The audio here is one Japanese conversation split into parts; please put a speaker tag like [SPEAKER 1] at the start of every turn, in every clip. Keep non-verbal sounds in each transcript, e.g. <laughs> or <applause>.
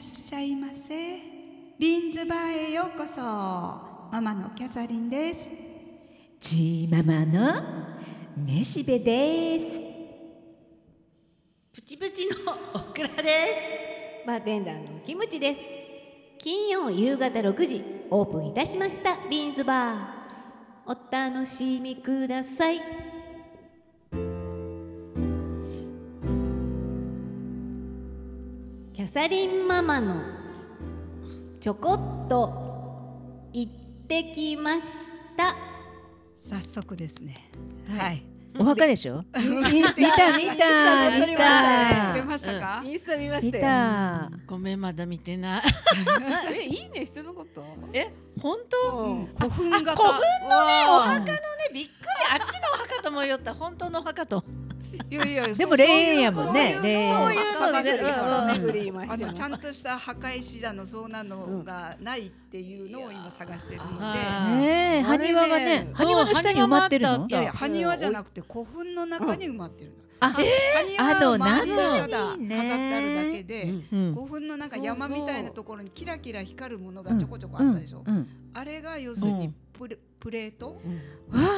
[SPEAKER 1] しゃいませビーンズバーへようこそママのキャサリンです
[SPEAKER 2] ちーママのめしべです
[SPEAKER 3] プチプチのオクラです
[SPEAKER 4] バーテンダーのキムチです金曜夕方6時オープンいたしましたビーンズバーお楽しみくださいキャサリンママのちょこっと行ってきました
[SPEAKER 1] 早速ですね
[SPEAKER 2] は
[SPEAKER 1] はい
[SPEAKER 2] お墓でしょ見た見た見
[SPEAKER 1] 出
[SPEAKER 2] た
[SPEAKER 1] ましたか、
[SPEAKER 4] インスタ見ま
[SPEAKER 2] 見た
[SPEAKER 3] ごめんまだ見てない
[SPEAKER 4] えいいね人のこと
[SPEAKER 3] え本当
[SPEAKER 1] うん古墳型
[SPEAKER 3] あ古墳お
[SPEAKER 1] の
[SPEAKER 3] 墓のねびっくりあっちのお墓ともよった本当のお墓と
[SPEAKER 1] いやいや
[SPEAKER 2] でも霊園やもんね
[SPEAKER 1] そう
[SPEAKER 2] 霊園
[SPEAKER 1] そういう
[SPEAKER 3] そういうの
[SPEAKER 1] そういうの探してる
[SPEAKER 3] うん
[SPEAKER 1] からね
[SPEAKER 4] 巡りま
[SPEAKER 1] あ
[SPEAKER 4] した
[SPEAKER 1] のちゃんとした墓石だのそうなのがないっていうのを今探してるので。
[SPEAKER 2] ねえ埴輪がね
[SPEAKER 3] あれね
[SPEAKER 2] 埴輪の下に埋まってる
[SPEAKER 3] うん
[SPEAKER 2] の
[SPEAKER 1] いやいや埴輪じゃなくて古墳の中に埋まってるの。あ、え
[SPEAKER 2] あの
[SPEAKER 1] 周りに
[SPEAKER 2] な
[SPEAKER 1] た
[SPEAKER 2] ん
[SPEAKER 1] だ飾
[SPEAKER 2] か
[SPEAKER 1] って
[SPEAKER 2] いいね
[SPEAKER 1] あるだけ
[SPEAKER 3] う
[SPEAKER 1] で、
[SPEAKER 3] んうん
[SPEAKER 1] 古墳のなんか山みたいなところにキラキラ光るものが
[SPEAKER 2] うん
[SPEAKER 1] ちょこちょこあったでしょ。
[SPEAKER 2] うんうん
[SPEAKER 1] あれが要する
[SPEAKER 3] う
[SPEAKER 1] に
[SPEAKER 3] ん
[SPEAKER 1] プレプレート。
[SPEAKER 2] わ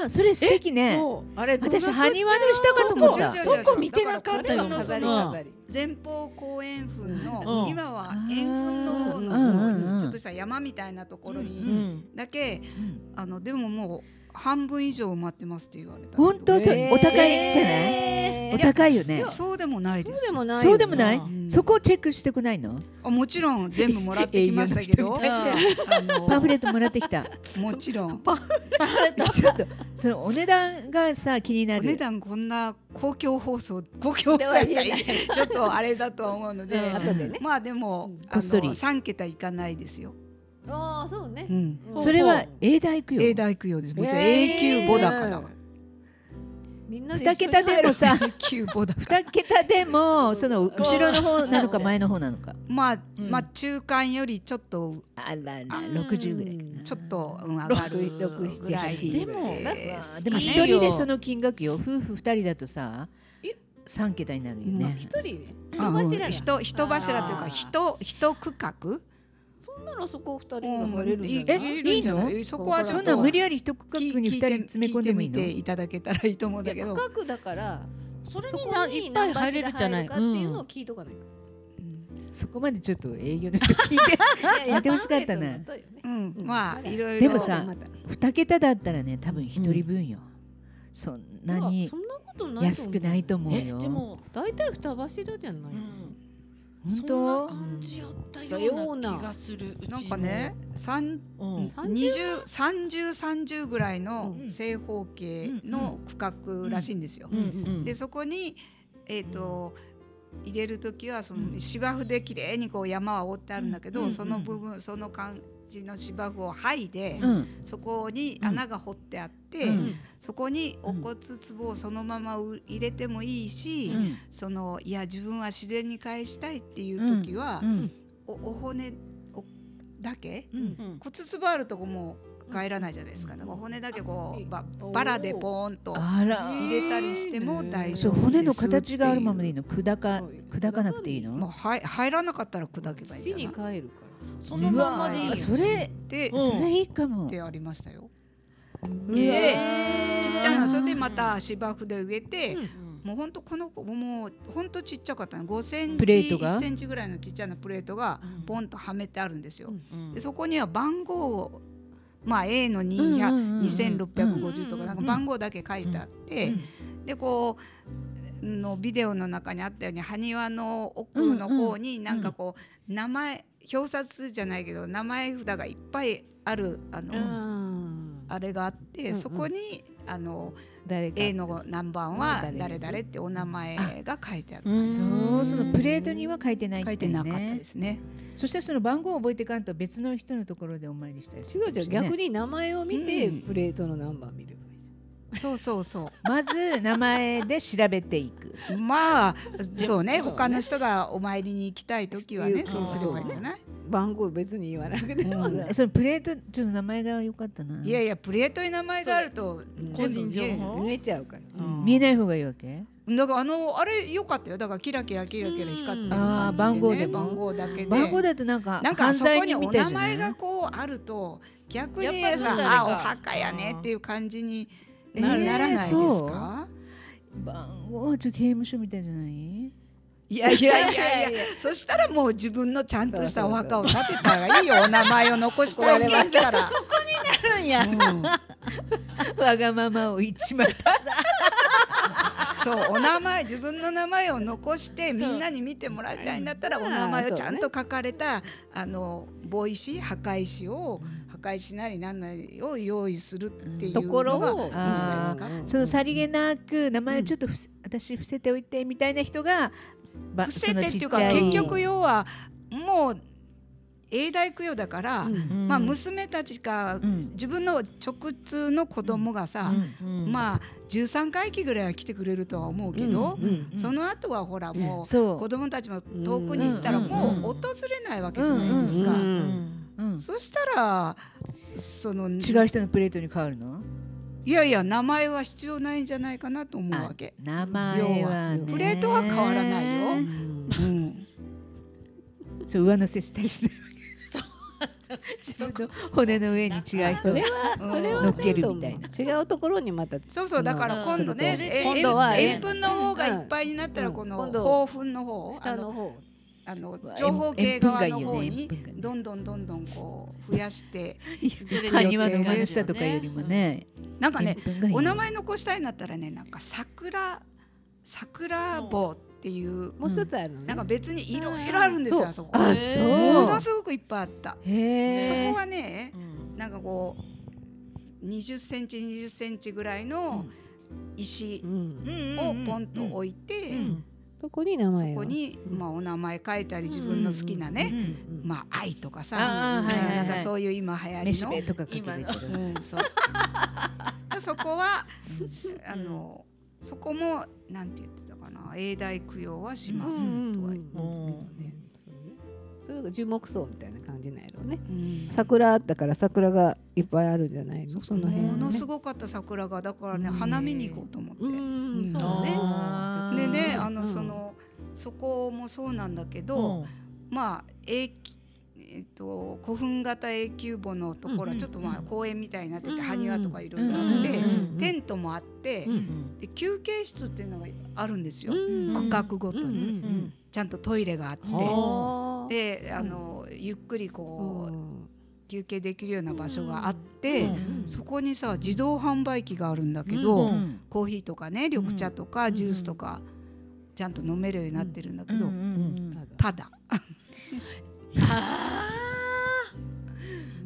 [SPEAKER 2] あそれ素敵ね
[SPEAKER 4] そうあれ
[SPEAKER 2] 私埴輪の下かと思った
[SPEAKER 1] 違う違う違う
[SPEAKER 3] そこ見てなかった
[SPEAKER 4] 誰
[SPEAKER 3] よ
[SPEAKER 4] の飾り
[SPEAKER 3] うん
[SPEAKER 4] 飾り
[SPEAKER 1] 前方後円墳
[SPEAKER 3] う
[SPEAKER 1] の
[SPEAKER 3] ん
[SPEAKER 1] 今は円墳の方の
[SPEAKER 2] う
[SPEAKER 1] 方
[SPEAKER 2] んうんうん
[SPEAKER 1] にちょっとした山みたいなところ
[SPEAKER 3] う
[SPEAKER 1] に
[SPEAKER 3] ん
[SPEAKER 1] だけ
[SPEAKER 2] うん
[SPEAKER 1] あのでももう半分以上埋まってますって言われた。
[SPEAKER 2] 本当そ
[SPEAKER 4] え
[SPEAKER 2] れ
[SPEAKER 4] ー
[SPEAKER 2] お高いんじゃない
[SPEAKER 4] え
[SPEAKER 2] お高いよね
[SPEAKER 1] そうでもない
[SPEAKER 4] ー
[SPEAKER 1] で
[SPEAKER 4] そう
[SPEAKER 1] す
[SPEAKER 4] で。もない
[SPEAKER 2] そうでもない
[SPEAKER 1] うん
[SPEAKER 2] そこをチェックしてくないの
[SPEAKER 1] あもちろん全部もらってきましたけ
[SPEAKER 2] 栄
[SPEAKER 1] ど
[SPEAKER 2] 養の人み、
[SPEAKER 1] あの
[SPEAKER 2] パンフレットもらってきた
[SPEAKER 1] もちろん
[SPEAKER 2] ちょっとそのお値段がさ気にな
[SPEAKER 1] お値
[SPEAKER 2] る
[SPEAKER 1] 段こんな公共放送公共放送
[SPEAKER 4] では言えない
[SPEAKER 1] ちょっとあれだとは思うので、
[SPEAKER 3] うん
[SPEAKER 4] 後でね
[SPEAKER 1] まあでも、
[SPEAKER 4] うん
[SPEAKER 1] あ
[SPEAKER 2] こっそ
[SPEAKER 1] の
[SPEAKER 2] り
[SPEAKER 1] 三桁いかないですよ。
[SPEAKER 4] ああそうね
[SPEAKER 1] うん、
[SPEAKER 4] うん
[SPEAKER 2] それは永代行くよ
[SPEAKER 1] A 大供養です。もちろん A 級五だから。
[SPEAKER 4] みんなで一緒
[SPEAKER 2] 二
[SPEAKER 4] に
[SPEAKER 2] 桁でもさ
[SPEAKER 1] A 級五だ。
[SPEAKER 2] 二桁でもその後ろの方なのか前の方なのか
[SPEAKER 1] まあ、
[SPEAKER 3] うん
[SPEAKER 1] まあ中間よりちょっと
[SPEAKER 2] あらら
[SPEAKER 4] ん
[SPEAKER 2] 60ぐらいかな
[SPEAKER 1] ちょっと、うん、上がる
[SPEAKER 4] 六六七
[SPEAKER 1] ぐらい
[SPEAKER 4] 八
[SPEAKER 1] で
[SPEAKER 3] でも
[SPEAKER 1] す
[SPEAKER 2] でも
[SPEAKER 3] いい
[SPEAKER 2] 一
[SPEAKER 3] よ
[SPEAKER 2] 人でその金額よ夫婦二人だとさ
[SPEAKER 4] え
[SPEAKER 2] 三桁になるよ
[SPEAKER 1] まあ
[SPEAKER 2] ね
[SPEAKER 4] 一人で人
[SPEAKER 1] あ
[SPEAKER 4] 柱だ
[SPEAKER 1] うん人人柱というか
[SPEAKER 4] あー
[SPEAKER 1] 人人区画
[SPEAKER 4] そんなのそこ二人が
[SPEAKER 1] うん
[SPEAKER 4] 入れるんじゃ
[SPEAKER 2] え
[SPEAKER 4] ない
[SPEAKER 1] いるんじゃない
[SPEAKER 2] いい
[SPEAKER 1] のそこはちょ
[SPEAKER 2] そ
[SPEAKER 1] っ
[SPEAKER 2] んな
[SPEAKER 1] と
[SPEAKER 2] ん無理やり一区画
[SPEAKER 1] 聞
[SPEAKER 2] に二人詰め込んでもいい
[SPEAKER 1] 聞いてみて
[SPEAKER 2] の
[SPEAKER 1] いただけたらいいと思うんだけ
[SPEAKER 4] いや
[SPEAKER 1] ど
[SPEAKER 4] 区画だから
[SPEAKER 3] それ
[SPEAKER 4] そ
[SPEAKER 3] に
[SPEAKER 4] こ
[SPEAKER 3] な
[SPEAKER 4] に
[SPEAKER 3] いっぱい入れるじゃな
[SPEAKER 4] 何柱入る
[SPEAKER 3] い
[SPEAKER 4] かっていうのを聞いとかないと
[SPEAKER 1] うん
[SPEAKER 2] そこまでちょっと営業の人聞いて
[SPEAKER 4] いや
[SPEAKER 2] やってほしかったな
[SPEAKER 4] パンフレットだよね
[SPEAKER 1] うん、まあいろいろ
[SPEAKER 2] でもさ
[SPEAKER 4] また
[SPEAKER 2] 二桁だったらね多分一人分よそんなに
[SPEAKER 4] そんなことないと
[SPEAKER 2] 安
[SPEAKER 4] 思う
[SPEAKER 2] くないと思う
[SPEAKER 3] え
[SPEAKER 2] よ
[SPEAKER 3] でも
[SPEAKER 4] 大体二柱じゃない
[SPEAKER 2] 本
[SPEAKER 3] そんな
[SPEAKER 2] 当
[SPEAKER 3] 感じやったような気がするうちも
[SPEAKER 1] なんかね三
[SPEAKER 3] うん
[SPEAKER 1] 二
[SPEAKER 4] 30
[SPEAKER 1] 十三十三十ぐらいの
[SPEAKER 2] うん
[SPEAKER 1] 正方形の区画らしいんですよ。
[SPEAKER 3] うんうん
[SPEAKER 1] でそこにえっ、と入れる時はその芝生で綺麗にこう山は覆ってあるんだけど、
[SPEAKER 3] うん
[SPEAKER 1] その部分その感じの芝生を剥いで、
[SPEAKER 2] うん
[SPEAKER 1] そこに穴が掘ってあって、
[SPEAKER 2] うん
[SPEAKER 1] そこにお骨壺をそのままう入れてもいいし、
[SPEAKER 2] うん
[SPEAKER 1] そのいや自分は自然に返したいっていう時は、
[SPEAKER 2] うん
[SPEAKER 1] おお骨おだけ
[SPEAKER 2] うん
[SPEAKER 3] うん
[SPEAKER 1] 骨壺あるとこも帰らないじゃないですか、だからお骨だけこ
[SPEAKER 4] あいうい
[SPEAKER 1] ばバラでポーンと
[SPEAKER 2] あら
[SPEAKER 1] 入れたりしても大丈
[SPEAKER 2] そう
[SPEAKER 1] 夫
[SPEAKER 2] 骨の形があるままでいい
[SPEAKER 1] い
[SPEAKER 2] の砕か
[SPEAKER 4] そういう
[SPEAKER 2] 砕かなくていいの
[SPEAKER 1] もうはい入らなかったら砕けばいいんじゃ
[SPEAKER 4] 土
[SPEAKER 1] な
[SPEAKER 4] に
[SPEAKER 1] い
[SPEAKER 4] 帰るか
[SPEAKER 3] そのまんまでいいよ
[SPEAKER 2] あそれ
[SPEAKER 1] で、
[SPEAKER 3] うん
[SPEAKER 2] それいいかも
[SPEAKER 1] ってありましたよでち
[SPEAKER 2] うわ
[SPEAKER 1] っちゃなそれでまた芝生で植えて、
[SPEAKER 4] うん
[SPEAKER 1] もうほんとこの子もうほんとちっちゃかったの5センチ
[SPEAKER 2] プレートが
[SPEAKER 1] 1センチぐらいのちっちゃなプレートがポンとはめてあるんですよ。
[SPEAKER 3] うん
[SPEAKER 1] でそこには番号をまあ A の
[SPEAKER 2] うんうんうんうん
[SPEAKER 1] 2650とかなんか番号だけ書いてあって、
[SPEAKER 2] うん
[SPEAKER 1] でこうのビデオの中にあったように埴輪の奥の方になんかこう名前表札じゃないけど名前札がいっぱいあるあの、
[SPEAKER 4] うん
[SPEAKER 1] あれがあって、
[SPEAKER 4] うんうん
[SPEAKER 1] そこにあの
[SPEAKER 4] 誰
[SPEAKER 1] A の何番は誰々ってお名前が書いてある。
[SPEAKER 2] そうそのプレートには書いてない
[SPEAKER 1] 書いてなかったですすね。
[SPEAKER 2] そしたらその番号を覚えていかんと別の人のところでお参りしたりす
[SPEAKER 4] 違
[SPEAKER 2] る
[SPEAKER 4] うじゃん逆
[SPEAKER 2] に
[SPEAKER 4] に名前を見て
[SPEAKER 1] うん
[SPEAKER 4] プレートのナンバー見ればいいじ
[SPEAKER 1] そうそうそ
[SPEAKER 2] まず名前で調べていく
[SPEAKER 1] う。まあそうね。他の人がお参りに行きたい時はね、
[SPEAKER 4] うん
[SPEAKER 1] そうすればいいんじゃない？
[SPEAKER 4] ゃん番号別に言わなくて
[SPEAKER 1] う
[SPEAKER 4] も
[SPEAKER 1] ん
[SPEAKER 2] そのプレートちょっと名前が良かったない
[SPEAKER 1] やいやプレートに名前があると
[SPEAKER 3] 個人情
[SPEAKER 1] 全部見える
[SPEAKER 3] 報
[SPEAKER 4] 見えちゃうから
[SPEAKER 1] うん
[SPEAKER 2] 見えない方がいいわけ
[SPEAKER 1] だからあのあれ良かったよだからキラキラキラキラ光ってる感じで、ね
[SPEAKER 2] うんあー番号でも
[SPEAKER 1] 番号だけで
[SPEAKER 2] バーコードってなんか
[SPEAKER 1] なんかあ
[SPEAKER 2] 犯
[SPEAKER 1] そこ
[SPEAKER 2] 罪
[SPEAKER 1] に
[SPEAKER 2] 人み
[SPEAKER 1] お
[SPEAKER 2] たい
[SPEAKER 1] 名
[SPEAKER 2] じゃな
[SPEAKER 1] 前
[SPEAKER 2] い
[SPEAKER 1] がこうあると逆に
[SPEAKER 3] やっぱ
[SPEAKER 1] さ
[SPEAKER 3] なんか
[SPEAKER 1] あお墓やねっていう感じに
[SPEAKER 2] えー
[SPEAKER 1] な,、らないです
[SPEAKER 2] そう
[SPEAKER 1] か
[SPEAKER 2] 番号はちょっと刑務所みたいじゃ
[SPEAKER 1] <laughs>
[SPEAKER 2] ない
[SPEAKER 1] いやいやいやいやそしたらもう自分のちゃんとしたお墓を建てたらいいよお名前を残したいんだったら。
[SPEAKER 3] あるんや
[SPEAKER 1] うん
[SPEAKER 2] わがままを一枚
[SPEAKER 1] そうお名前自分の名前を残してみんなに見てもらいたいんだったら
[SPEAKER 2] うん
[SPEAKER 1] お名前をちゃんと書かれたあの防石墓石を墓石なりなんなりを用意するっていう
[SPEAKER 2] ところ
[SPEAKER 1] の
[SPEAKER 2] を
[SPEAKER 1] がいいんじゃないですか。
[SPEAKER 2] そのさりげなく名前をちょっとふせ、私伏せておいてみたいな人がば
[SPEAKER 1] 伏せてっていうか
[SPEAKER 2] そのちちゃ
[SPEAKER 1] 結局要はもう永代供養だから、まあ、娘たちか、
[SPEAKER 2] うん
[SPEAKER 1] 自分の直通の子供がさ、まあ13回忌ぐらいは来てくれるとは思うけど、
[SPEAKER 5] うん
[SPEAKER 1] その後はほらもう
[SPEAKER 2] そう
[SPEAKER 1] 子供たちも遠くに行ったら
[SPEAKER 2] うん
[SPEAKER 1] もう訪れないわけじゃないですか、
[SPEAKER 5] うんうん
[SPEAKER 2] うん
[SPEAKER 1] そしたらその
[SPEAKER 2] 違う人のプレートに変わるの
[SPEAKER 1] いやいや名前は必要ないんじゃないかなと思うわけ、
[SPEAKER 2] 名前はね
[SPEAKER 1] プレートは変わらないよ、うん
[SPEAKER 2] そう上乗せしたりしない自分の骨の上に違う人
[SPEAKER 4] それ
[SPEAKER 2] が
[SPEAKER 4] は
[SPEAKER 1] うん
[SPEAKER 4] それは
[SPEAKER 2] 乗っけるみたいな
[SPEAKER 4] な違うところにまた
[SPEAKER 1] そうそうだから今度ね
[SPEAKER 4] うん
[SPEAKER 1] え
[SPEAKER 4] 今度は
[SPEAKER 1] 円分の方がいっぱいになったら
[SPEAKER 4] うん
[SPEAKER 1] こ
[SPEAKER 4] 今
[SPEAKER 1] の
[SPEAKER 4] 度
[SPEAKER 1] 興奮の方あ
[SPEAKER 4] 下
[SPEAKER 1] の
[SPEAKER 4] の方
[SPEAKER 1] あの
[SPEAKER 2] わ
[SPEAKER 1] 情報系
[SPEAKER 2] 円分
[SPEAKER 1] 側
[SPEAKER 2] がいいよ
[SPEAKER 1] の
[SPEAKER 2] ね
[SPEAKER 1] 方に
[SPEAKER 2] 円分がね
[SPEAKER 1] どんどんどんどんこう増やして
[SPEAKER 2] 埴輪の上の下とかよりもね
[SPEAKER 1] なんかね
[SPEAKER 2] 円分がいい
[SPEAKER 1] お名前残したいんだったらねなんか桜桜棒っていう
[SPEAKER 4] もう一つあるのね
[SPEAKER 1] なんか別にいろいろあるんですよ、
[SPEAKER 4] そう
[SPEAKER 1] あそこ。
[SPEAKER 2] あ
[SPEAKER 1] も
[SPEAKER 2] そう
[SPEAKER 1] のすごくいっぱいあった。
[SPEAKER 2] へえ
[SPEAKER 1] そこはね、なんかこう20センチ20センチぐらいの石
[SPEAKER 4] う
[SPEAKER 1] を
[SPEAKER 4] ん
[SPEAKER 1] ポンと置いて、
[SPEAKER 4] そこに名
[SPEAKER 1] そ
[SPEAKER 4] 前を
[SPEAKER 1] こに、まあ、お名前書いたり自分の好きなね、
[SPEAKER 4] うん
[SPEAKER 1] まあ愛とかさ、
[SPEAKER 2] あーはいはいはい
[SPEAKER 1] なんかそういう今流行
[SPEAKER 2] メ
[SPEAKER 1] り
[SPEAKER 2] シ
[SPEAKER 1] の
[SPEAKER 2] ベとか書けばいいけど
[SPEAKER 1] うん、そう
[SPEAKER 2] <laughs>
[SPEAKER 1] そこはあのそこもなんて言ってたかな永代供養はしま
[SPEAKER 4] う
[SPEAKER 1] せん
[SPEAKER 4] ん
[SPEAKER 1] とは
[SPEAKER 4] う
[SPEAKER 1] 言っ
[SPEAKER 4] ん
[SPEAKER 1] てたけどね。
[SPEAKER 4] それが樹木葬みたいな感じなんやろうね
[SPEAKER 1] うん
[SPEAKER 4] 桜だから桜がいっぱいあるんじゃないのその辺
[SPEAKER 1] もの
[SPEAKER 4] ね
[SPEAKER 1] すごかった桜がだからね花見に行こうと思って、
[SPEAKER 4] うんそうね
[SPEAKER 2] あー
[SPEAKER 1] でねあの
[SPEAKER 4] うん
[SPEAKER 1] そのそこもそうなんだけど、
[SPEAKER 6] う
[SPEAKER 1] まあ永久えっと古墳型永久墓のところはちょっとまあ公園みたいになってて埴輪とかいろいろあってテントもあってで休憩室っていうのがあるんですよ区画ごとにちゃんとトイレがあってであのゆっくりこう休憩できるような場所があってそこにさ自動販売機があるんだけど。
[SPEAKER 2] うん
[SPEAKER 1] コーヒーとかね緑茶とかジュースとかちゃんと飲めるようになってるんだけ
[SPEAKER 2] うん
[SPEAKER 1] ど、
[SPEAKER 2] うん
[SPEAKER 1] ただ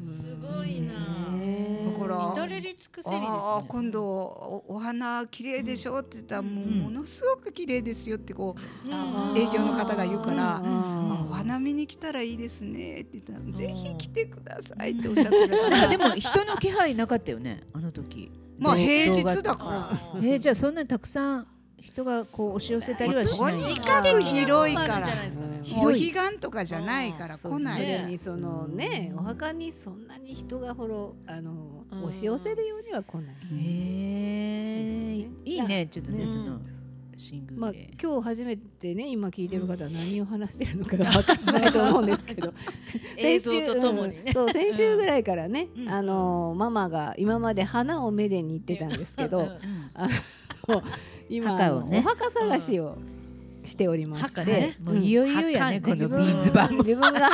[SPEAKER 3] すごいな
[SPEAKER 1] だから
[SPEAKER 3] 乱れり尽くせりですね
[SPEAKER 1] あー今度おお花綺麗でしょって言ったらもうものすごく綺麗ですよってこう営業の方が言うから「あお花見に来たらいいですね」って言ったら「ぜひ来てください」っておっしゃってたか
[SPEAKER 2] なんからでも人の気配なかったよねあの時
[SPEAKER 1] まあ平
[SPEAKER 2] 動
[SPEAKER 1] 日
[SPEAKER 2] 画
[SPEAKER 1] だから。
[SPEAKER 2] えー、じゃあそんなにたくさん人がこう押し寄せたりはし
[SPEAKER 1] と
[SPEAKER 2] ない
[SPEAKER 1] にかく広い
[SPEAKER 3] あ
[SPEAKER 1] か
[SPEAKER 3] るじゃない
[SPEAKER 1] ら
[SPEAKER 3] ですかね
[SPEAKER 1] もうお彼岸とかじゃないから
[SPEAKER 4] そう
[SPEAKER 1] 来な
[SPEAKER 4] そ
[SPEAKER 1] い
[SPEAKER 4] れにそのねお墓にそんなに人がほろあの
[SPEAKER 3] うん
[SPEAKER 4] 押し寄せるようには来ない
[SPEAKER 2] へえいいねちょっとねそのシングル
[SPEAKER 4] まあ
[SPEAKER 2] で
[SPEAKER 4] 今日初めてね今聞いてる方は何を話してるのかが分かんないと思うんですけ
[SPEAKER 2] <laughs>
[SPEAKER 4] ど
[SPEAKER 3] 映像とともに
[SPEAKER 4] 先週うん
[SPEAKER 3] ね
[SPEAKER 4] そう先週ぐらいからね
[SPEAKER 2] うん
[SPEAKER 4] あのママが今まで花を目でに行ってたんですけど今
[SPEAKER 2] 墓をね
[SPEAKER 4] あのお墓探しをしておりまして、
[SPEAKER 3] 墓ね
[SPEAKER 2] もういよいよやね、
[SPEAKER 6] うん
[SPEAKER 2] このビ
[SPEAKER 4] 自分
[SPEAKER 2] ーズバーも
[SPEAKER 4] 自分
[SPEAKER 2] <laughs>
[SPEAKER 4] が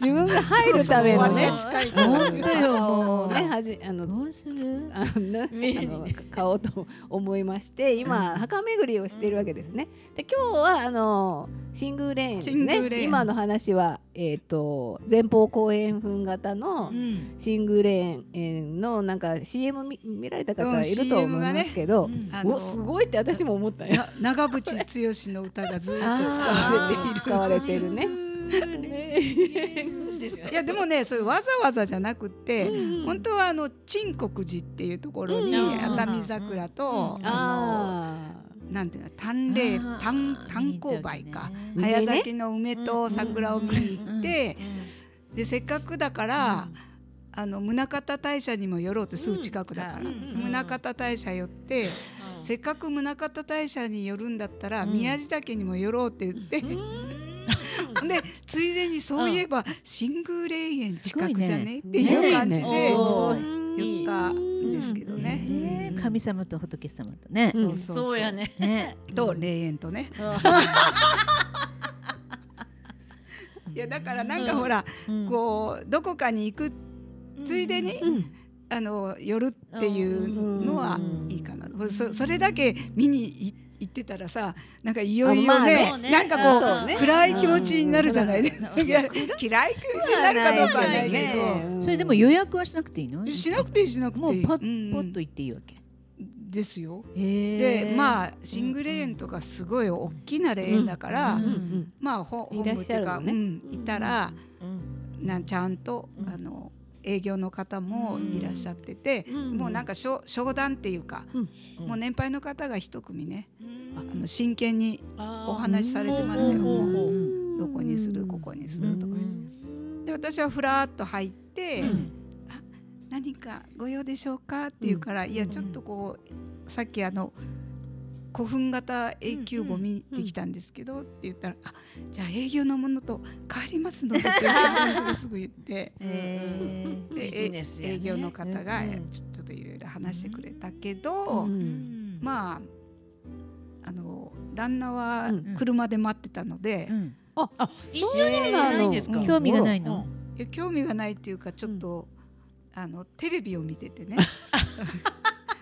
[SPEAKER 4] 自分が入るためのね
[SPEAKER 1] 近い
[SPEAKER 2] 本当よもう
[SPEAKER 4] ねはじあの
[SPEAKER 2] どうする
[SPEAKER 4] あ
[SPEAKER 1] <laughs>
[SPEAKER 4] のね
[SPEAKER 3] 見に
[SPEAKER 4] あの買おうと思いまして今、墓巡りをしているわけですね。で今日はあの新宮霊園です
[SPEAKER 1] 新宮霊
[SPEAKER 4] ね。
[SPEAKER 1] 園
[SPEAKER 4] 今の話は、えー、と前方後円墳型の
[SPEAKER 2] うん
[SPEAKER 4] 新宮霊園のなんか CM 見見られた方
[SPEAKER 1] うん
[SPEAKER 4] いる
[SPEAKER 1] CM
[SPEAKER 4] と思いますけど、
[SPEAKER 1] あ
[SPEAKER 4] お
[SPEAKER 1] の
[SPEAKER 4] すごいって私も思ったよ。
[SPEAKER 1] な長渕剛の歌がずっと使われてい
[SPEAKER 2] <laughs>
[SPEAKER 4] あー
[SPEAKER 1] る
[SPEAKER 4] 使われてるね。
[SPEAKER 1] いやでもねそれわざわざじゃなくって、本当はあの陳国寺っていうところに
[SPEAKER 3] うん
[SPEAKER 1] 熱海桜と、
[SPEAKER 2] うん
[SPEAKER 1] あ
[SPEAKER 4] あー
[SPEAKER 1] のなんていうの淡麗
[SPEAKER 2] あー
[SPEAKER 1] 炭炭鉱梅か、
[SPEAKER 4] 梅ね
[SPEAKER 1] 早咲きの梅と桜を見に行って、でせっかくだから、あの宗像大社にも寄ろうってすぐ近くだから、
[SPEAKER 3] うんうん
[SPEAKER 1] 宗像大社寄って、せっかく宗像大社に寄るんだったら、宮地岳にも寄ろうって言って、でついでにそういえば新宮霊園近くじゃね <laughs> っていう感じで
[SPEAKER 3] おー
[SPEAKER 1] 言ったんですけどね。
[SPEAKER 2] ね神様と仏様とね。
[SPEAKER 4] うん
[SPEAKER 1] そう
[SPEAKER 3] そうやね。
[SPEAKER 2] ね。
[SPEAKER 1] と霊園とね。いやだからなんかほら、こうどこかに行くついでに、あの寄るっていうのはいいかな、ほらそそれだけ見にい行ってたらさなんかいよい
[SPEAKER 4] あ
[SPEAKER 1] よ
[SPEAKER 4] まあ
[SPEAKER 1] ね,、
[SPEAKER 3] そうね
[SPEAKER 1] なんかこう
[SPEAKER 3] そうね
[SPEAKER 1] 暗い気持ちになるじゃないですか、いや嫌い気持ちになるかどうかはないけど。
[SPEAKER 2] それでも予約はしなくていいの？
[SPEAKER 1] しなくていいしなくて
[SPEAKER 2] もう
[SPEAKER 1] いい
[SPEAKER 2] パ
[SPEAKER 1] うん
[SPEAKER 2] ッポッと行っていいわけ。
[SPEAKER 1] ですよ。
[SPEAKER 2] へ
[SPEAKER 1] でまあシングレーンとかすごい大きな霊園だから、
[SPEAKER 2] うん
[SPEAKER 1] まあほ本
[SPEAKER 4] いらっ
[SPEAKER 1] 部って
[SPEAKER 4] しゃ
[SPEAKER 1] い
[SPEAKER 4] る
[SPEAKER 1] うか
[SPEAKER 4] のね
[SPEAKER 1] うん、いたら
[SPEAKER 3] うん
[SPEAKER 1] なんちゃんと、あの営業の方もいらっしゃってて、もうなんか商商談っていうか、もう年配の方が一組ね、あの真剣にお話しされてましたよ、
[SPEAKER 3] ほうほ
[SPEAKER 1] も
[SPEAKER 3] うほう
[SPEAKER 1] うどこにするここにするとか、で私はふらっと入って、あ何かご用でしょうかって言うから、いやちょっとこうさっきあの古墳型永久墓見てきたんですけど、って言ったら「あじゃあ営業のものと変わりますので」って先生がすぐ言っ
[SPEAKER 3] <laughs>
[SPEAKER 1] て。
[SPEAKER 2] え。
[SPEAKER 1] で
[SPEAKER 3] ビジネスやね
[SPEAKER 1] 営業の方が
[SPEAKER 3] うん
[SPEAKER 1] ちょちょっといろいろ話してくれたけど、
[SPEAKER 3] あ
[SPEAKER 1] まああの旦那は
[SPEAKER 4] うん
[SPEAKER 3] うん
[SPEAKER 1] 車で待ってたので、
[SPEAKER 2] うん
[SPEAKER 3] 一緒には見れないんですか。
[SPEAKER 2] 興味がないの。
[SPEAKER 1] いや興味がないっていうかちょっと、あのテレビを見て
[SPEAKER 3] <laughs>
[SPEAKER 1] てね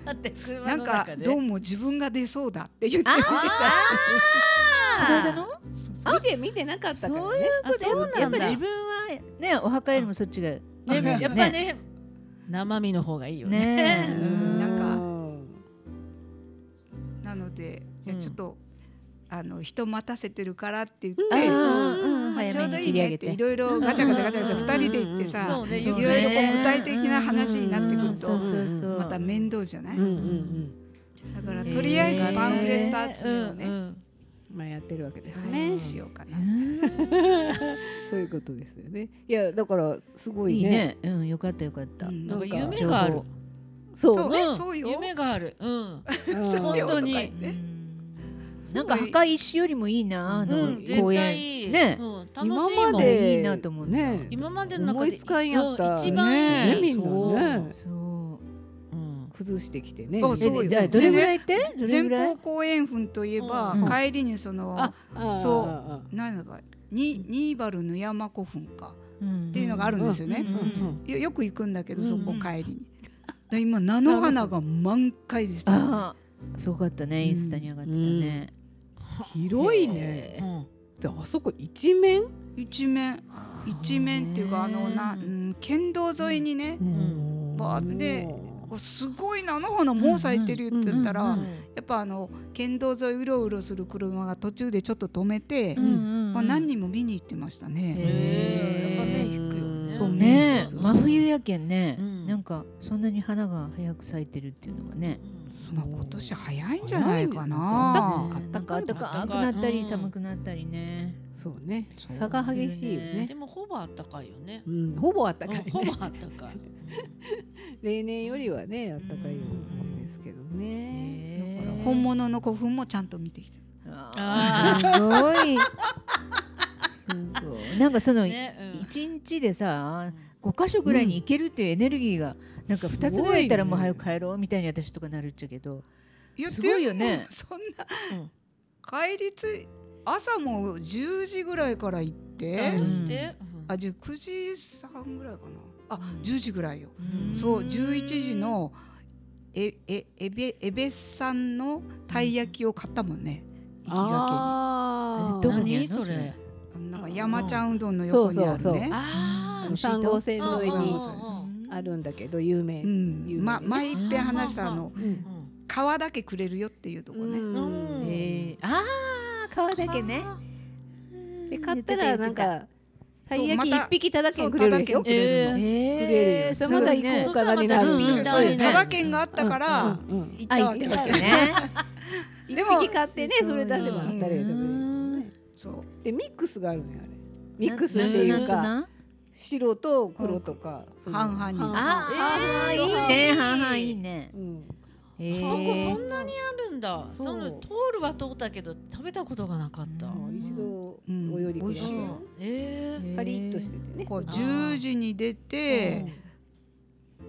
[SPEAKER 3] だって車
[SPEAKER 1] なん
[SPEAKER 3] の
[SPEAKER 1] か
[SPEAKER 3] 中で
[SPEAKER 1] どうも自分が出そうだって言って <laughs> みて
[SPEAKER 2] 体の？
[SPEAKER 4] 見て見てなかったから
[SPEAKER 2] そうい
[SPEAKER 4] ね
[SPEAKER 2] うこと
[SPEAKER 3] あそうなんだ
[SPEAKER 2] やっぱり自分はねお墓よりもそっちが
[SPEAKER 3] ねやっぱね生身の方がいいよね。
[SPEAKER 2] ねえ
[SPEAKER 3] う
[SPEAKER 1] うんなんか
[SPEAKER 4] うん
[SPEAKER 1] なのでじゃあ
[SPEAKER 3] うん
[SPEAKER 1] ちょっと、あの人待たせてるからって言って、
[SPEAKER 2] あ
[SPEAKER 1] ま
[SPEAKER 2] ーうん
[SPEAKER 1] あ
[SPEAKER 2] 早
[SPEAKER 1] ちょ
[SPEAKER 2] め
[SPEAKER 1] うど
[SPEAKER 2] に
[SPEAKER 1] い
[SPEAKER 2] 切
[SPEAKER 1] い
[SPEAKER 2] り
[SPEAKER 1] ね
[SPEAKER 2] 上
[SPEAKER 1] っ
[SPEAKER 2] げ
[SPEAKER 1] て
[SPEAKER 2] て
[SPEAKER 1] いろいろガチャガチャガチャガチャ2人で行ってさ
[SPEAKER 3] そうね。
[SPEAKER 1] いろい
[SPEAKER 3] よ
[SPEAKER 1] ろ
[SPEAKER 3] ね
[SPEAKER 1] こう具体的な話になってくる
[SPEAKER 2] そう
[SPEAKER 1] と
[SPEAKER 2] そうそう
[SPEAKER 1] また面倒じゃない、
[SPEAKER 4] うんうん
[SPEAKER 1] だからとりあえずパンフレット集めをね、
[SPEAKER 3] うん
[SPEAKER 4] まあやってるわけです
[SPEAKER 1] は
[SPEAKER 4] ね
[SPEAKER 1] いしようかな、
[SPEAKER 4] そういうことですよねいやだからすご
[SPEAKER 2] い
[SPEAKER 4] い
[SPEAKER 2] い
[SPEAKER 4] ね
[SPEAKER 2] ねうんよかったよかった
[SPEAKER 1] う
[SPEAKER 2] うん
[SPEAKER 3] なんか夢
[SPEAKER 2] 情報
[SPEAKER 3] がある。
[SPEAKER 4] そう
[SPEAKER 1] ね
[SPEAKER 3] ん
[SPEAKER 1] そうよ
[SPEAKER 3] 夢がある。う
[SPEAKER 4] う
[SPEAKER 3] ん。
[SPEAKER 4] ん
[SPEAKER 3] そう本当に
[SPEAKER 1] そうよとか言って
[SPEAKER 2] んなんか墓石よりもいいなあの
[SPEAKER 3] うん絶
[SPEAKER 2] 公
[SPEAKER 3] 対
[SPEAKER 2] 園
[SPEAKER 3] いい
[SPEAKER 2] ね
[SPEAKER 3] うん楽しい
[SPEAKER 4] 今
[SPEAKER 3] も
[SPEAKER 4] ま
[SPEAKER 3] ん。
[SPEAKER 4] で
[SPEAKER 2] いいなと思うんだ
[SPEAKER 4] ね
[SPEAKER 3] 今までの中
[SPEAKER 4] 思
[SPEAKER 3] で
[SPEAKER 4] いつかんやった
[SPEAKER 3] うん一番
[SPEAKER 4] ね
[SPEAKER 3] いい
[SPEAKER 4] みんなね
[SPEAKER 2] そう
[SPEAKER 3] うん
[SPEAKER 4] 崩してきてね
[SPEAKER 1] あそうよ
[SPEAKER 2] えじゃあどれぐらいってどれ
[SPEAKER 1] 前
[SPEAKER 2] ぐら
[SPEAKER 1] 方
[SPEAKER 2] い
[SPEAKER 1] 後円墳といえば、
[SPEAKER 2] うん
[SPEAKER 1] 帰りにその
[SPEAKER 4] ああ
[SPEAKER 1] そう
[SPEAKER 4] あ
[SPEAKER 1] 何だかにニーバルの山古墳か
[SPEAKER 2] っ
[SPEAKER 1] っていうのがあるんですよね
[SPEAKER 4] あ、うん
[SPEAKER 1] よよく行くんだけど
[SPEAKER 3] うん
[SPEAKER 1] そこ帰りに、で今菜の花が満開でした
[SPEAKER 2] ああすごかったねインスタに上がってたね
[SPEAKER 4] 広いね
[SPEAKER 3] うん
[SPEAKER 4] であそこ一面
[SPEAKER 1] 一面一面っていうかあのな、うん、県道沿いにね、
[SPEAKER 3] ん
[SPEAKER 1] まあでこうすごい菜の花もう咲いてるって言ったら、やっぱあの県道沿いうろうろする車が途中でちょっと止めて、まあ、何人も見に行ってましたね。
[SPEAKER 3] へえやっぱ目
[SPEAKER 2] へえ
[SPEAKER 3] 引くよね。
[SPEAKER 1] そう
[SPEAKER 2] ねえ
[SPEAKER 3] うん
[SPEAKER 2] 真冬やけんね、
[SPEAKER 3] うん
[SPEAKER 2] なんかそんなに花が早く咲いてるっていうのがね、
[SPEAKER 1] まあ、今年早いんじゃないかな
[SPEAKER 4] あ。
[SPEAKER 2] ねなんか
[SPEAKER 4] 暖
[SPEAKER 2] 暖
[SPEAKER 4] かい
[SPEAKER 2] かくなった
[SPEAKER 3] うん
[SPEAKER 2] り寒くなったりね、
[SPEAKER 4] そうね
[SPEAKER 1] そう
[SPEAKER 4] 差が激しいよね
[SPEAKER 3] でもほぼあったかいよね
[SPEAKER 4] う。んほぼあった
[SPEAKER 3] うん
[SPEAKER 4] かいね
[SPEAKER 3] ほぼあったかい。
[SPEAKER 4] <laughs> 例年よりはねあったかいようですけどね
[SPEAKER 2] へえ
[SPEAKER 1] だから本物の古墳もちゃんと見てきた。
[SPEAKER 2] あーすごいすごいなんかその一、
[SPEAKER 3] ねうん
[SPEAKER 2] 日でさ5箇所ぐらいに行けるっていうエネルギーが、なんか2つぐらいいたらもう早く帰ろうみたいに私とかなるっちゃけど、
[SPEAKER 1] いや
[SPEAKER 2] すごいよね
[SPEAKER 1] でもそんな
[SPEAKER 3] うん
[SPEAKER 1] 帰りつい朝も10時ぐらいから行っ
[SPEAKER 3] スター
[SPEAKER 1] て
[SPEAKER 3] ト、して。
[SPEAKER 1] あじゃあ9時半ぐらいかな。あ10時ぐらいよ。
[SPEAKER 3] うん
[SPEAKER 1] そう11時のえええべえべさんのたい焼きを買ったもんね。行きが
[SPEAKER 4] あ
[SPEAKER 2] ー
[SPEAKER 4] ど
[SPEAKER 2] どこにある
[SPEAKER 3] 何
[SPEAKER 2] の
[SPEAKER 3] それ。
[SPEAKER 1] けに。なんか山ちゃんうどんの横にある
[SPEAKER 4] そうそうそ
[SPEAKER 1] ね。
[SPEAKER 3] あ
[SPEAKER 4] こ3号線沿
[SPEAKER 1] そう
[SPEAKER 4] いに
[SPEAKER 1] そう
[SPEAKER 4] あるんだけど有名、
[SPEAKER 1] うん。ま前いっぺん話したあの
[SPEAKER 4] うん
[SPEAKER 1] 皮だけくれるよっていうとこね。
[SPEAKER 3] うん
[SPEAKER 2] えー、あー皮だけね
[SPEAKER 4] で買ったらなんかたい焼
[SPEAKER 1] そ
[SPEAKER 4] き
[SPEAKER 1] うまた
[SPEAKER 4] 一匹ただけんくれるでしょ
[SPEAKER 1] そうただけんくれるの
[SPEAKER 2] え
[SPEAKER 3] え
[SPEAKER 2] ー、
[SPEAKER 4] くれるよ
[SPEAKER 2] そ
[SPEAKER 4] ま
[SPEAKER 2] ま
[SPEAKER 4] た
[SPEAKER 2] だ
[SPEAKER 4] 行こう
[SPEAKER 2] 行
[SPEAKER 3] そ
[SPEAKER 2] こ
[SPEAKER 3] う
[SPEAKER 2] う
[SPEAKER 4] かなになる
[SPEAKER 3] そうそうまた
[SPEAKER 1] そうよ。
[SPEAKER 3] ね
[SPEAKER 1] ただ券があったから
[SPEAKER 4] うんうんうん
[SPEAKER 1] 行った
[SPEAKER 2] あ行
[SPEAKER 1] わ
[SPEAKER 2] っ
[SPEAKER 1] け
[SPEAKER 2] た
[SPEAKER 1] だ
[SPEAKER 2] わ
[SPEAKER 1] けど。
[SPEAKER 2] けね
[SPEAKER 1] で
[SPEAKER 4] 一
[SPEAKER 1] も
[SPEAKER 4] 匹買ってねそれ出せば
[SPEAKER 3] う
[SPEAKER 4] 二
[SPEAKER 3] ん
[SPEAKER 4] 人で食べれる、ね、
[SPEAKER 1] そう。
[SPEAKER 4] でミックスがあるのよあれ <laughs> ミックスっていうか
[SPEAKER 2] あ
[SPEAKER 4] 白と黒とか、その
[SPEAKER 1] 半々に
[SPEAKER 2] あーいいね半々いいね
[SPEAKER 4] うん、
[SPEAKER 2] へえ
[SPEAKER 3] あそこそんなにあるんだ。
[SPEAKER 4] そう
[SPEAKER 3] その通るは通ったけど食べたことがなかった。
[SPEAKER 2] う
[SPEAKER 4] も
[SPEAKER 2] ん
[SPEAKER 4] う一度
[SPEAKER 1] うん
[SPEAKER 4] お料理ください、
[SPEAKER 1] うん
[SPEAKER 3] ええ
[SPEAKER 4] パリッとしててね
[SPEAKER 1] こう
[SPEAKER 3] あ
[SPEAKER 1] 10時に出て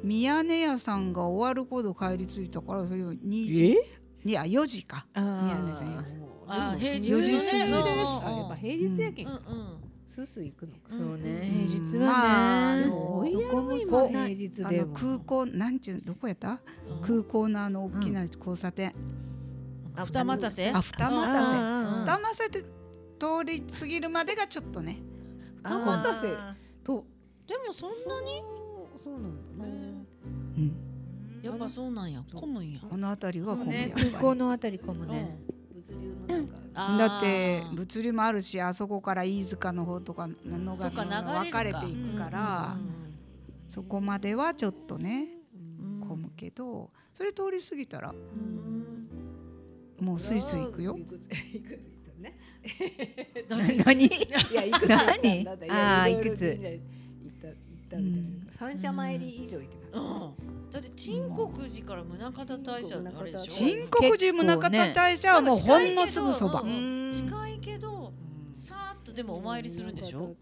[SPEAKER 1] 宮根屋さんが終わる頃帰り着いたからそれを2時いや4時か宮根さん4時
[SPEAKER 3] あー平日
[SPEAKER 1] のね
[SPEAKER 4] 平日ね
[SPEAKER 3] うん
[SPEAKER 4] あやっぱ平日やけん
[SPEAKER 3] うん
[SPEAKER 4] か、
[SPEAKER 3] うん。
[SPEAKER 4] スースー行くのか、
[SPEAKER 2] そうね
[SPEAKER 1] うん
[SPEAKER 2] 平日
[SPEAKER 1] ま
[SPEAKER 2] は
[SPEAKER 1] あ
[SPEAKER 2] ね
[SPEAKER 1] で
[SPEAKER 4] 多いや
[SPEAKER 2] どこも
[SPEAKER 4] ろ
[SPEAKER 2] そ
[SPEAKER 4] 今
[SPEAKER 2] う
[SPEAKER 4] 平日
[SPEAKER 1] あ
[SPEAKER 4] で
[SPEAKER 1] の
[SPEAKER 4] も
[SPEAKER 1] 空港なんちゅうどこやった空港のあの大きな交差点、
[SPEAKER 2] あ
[SPEAKER 3] 二股せ。
[SPEAKER 1] あ二
[SPEAKER 2] あ
[SPEAKER 1] 股
[SPEAKER 2] あ
[SPEAKER 1] せ
[SPEAKER 2] あ
[SPEAKER 1] 二股せで通り過ぎるまでがちょっとね
[SPEAKER 2] あ
[SPEAKER 4] 二股せ
[SPEAKER 2] あ
[SPEAKER 4] と
[SPEAKER 3] でもそんなに
[SPEAKER 4] そうなんだね
[SPEAKER 1] うん
[SPEAKER 3] やっぱそうなんや。混むんや。
[SPEAKER 1] この辺りが混むやっぱり
[SPEAKER 2] 空港のあたりかも
[SPEAKER 3] う
[SPEAKER 2] ね
[SPEAKER 3] ん
[SPEAKER 4] 物流のなんか
[SPEAKER 3] あー
[SPEAKER 1] だって物流もあるしあそこから飯塚の方とか野が
[SPEAKER 3] そっか流れるか
[SPEAKER 1] 分かれていくからそこまではちょっとね
[SPEAKER 3] うん
[SPEAKER 1] 混むけどそれ通り過ぎたら
[SPEAKER 3] うん
[SPEAKER 1] もうスイスイ行くよ
[SPEAKER 4] い。くついくつ行ったね
[SPEAKER 3] だって
[SPEAKER 2] 何
[SPEAKER 4] いやいくつ行ったんだ
[SPEAKER 2] 何
[SPEAKER 4] だ
[SPEAKER 2] あー
[SPEAKER 4] いろろ
[SPEAKER 2] いくつ
[SPEAKER 4] 神社行った行ったみたいな三社参り以上行って
[SPEAKER 3] う
[SPEAKER 4] ますね
[SPEAKER 3] んだって陳国寺から宗像大社あれでしょ
[SPEAKER 1] 新国寺宗像大社はもうほんのすぐそば
[SPEAKER 3] う。ん近いけどさーっとでもお参りするんでしょ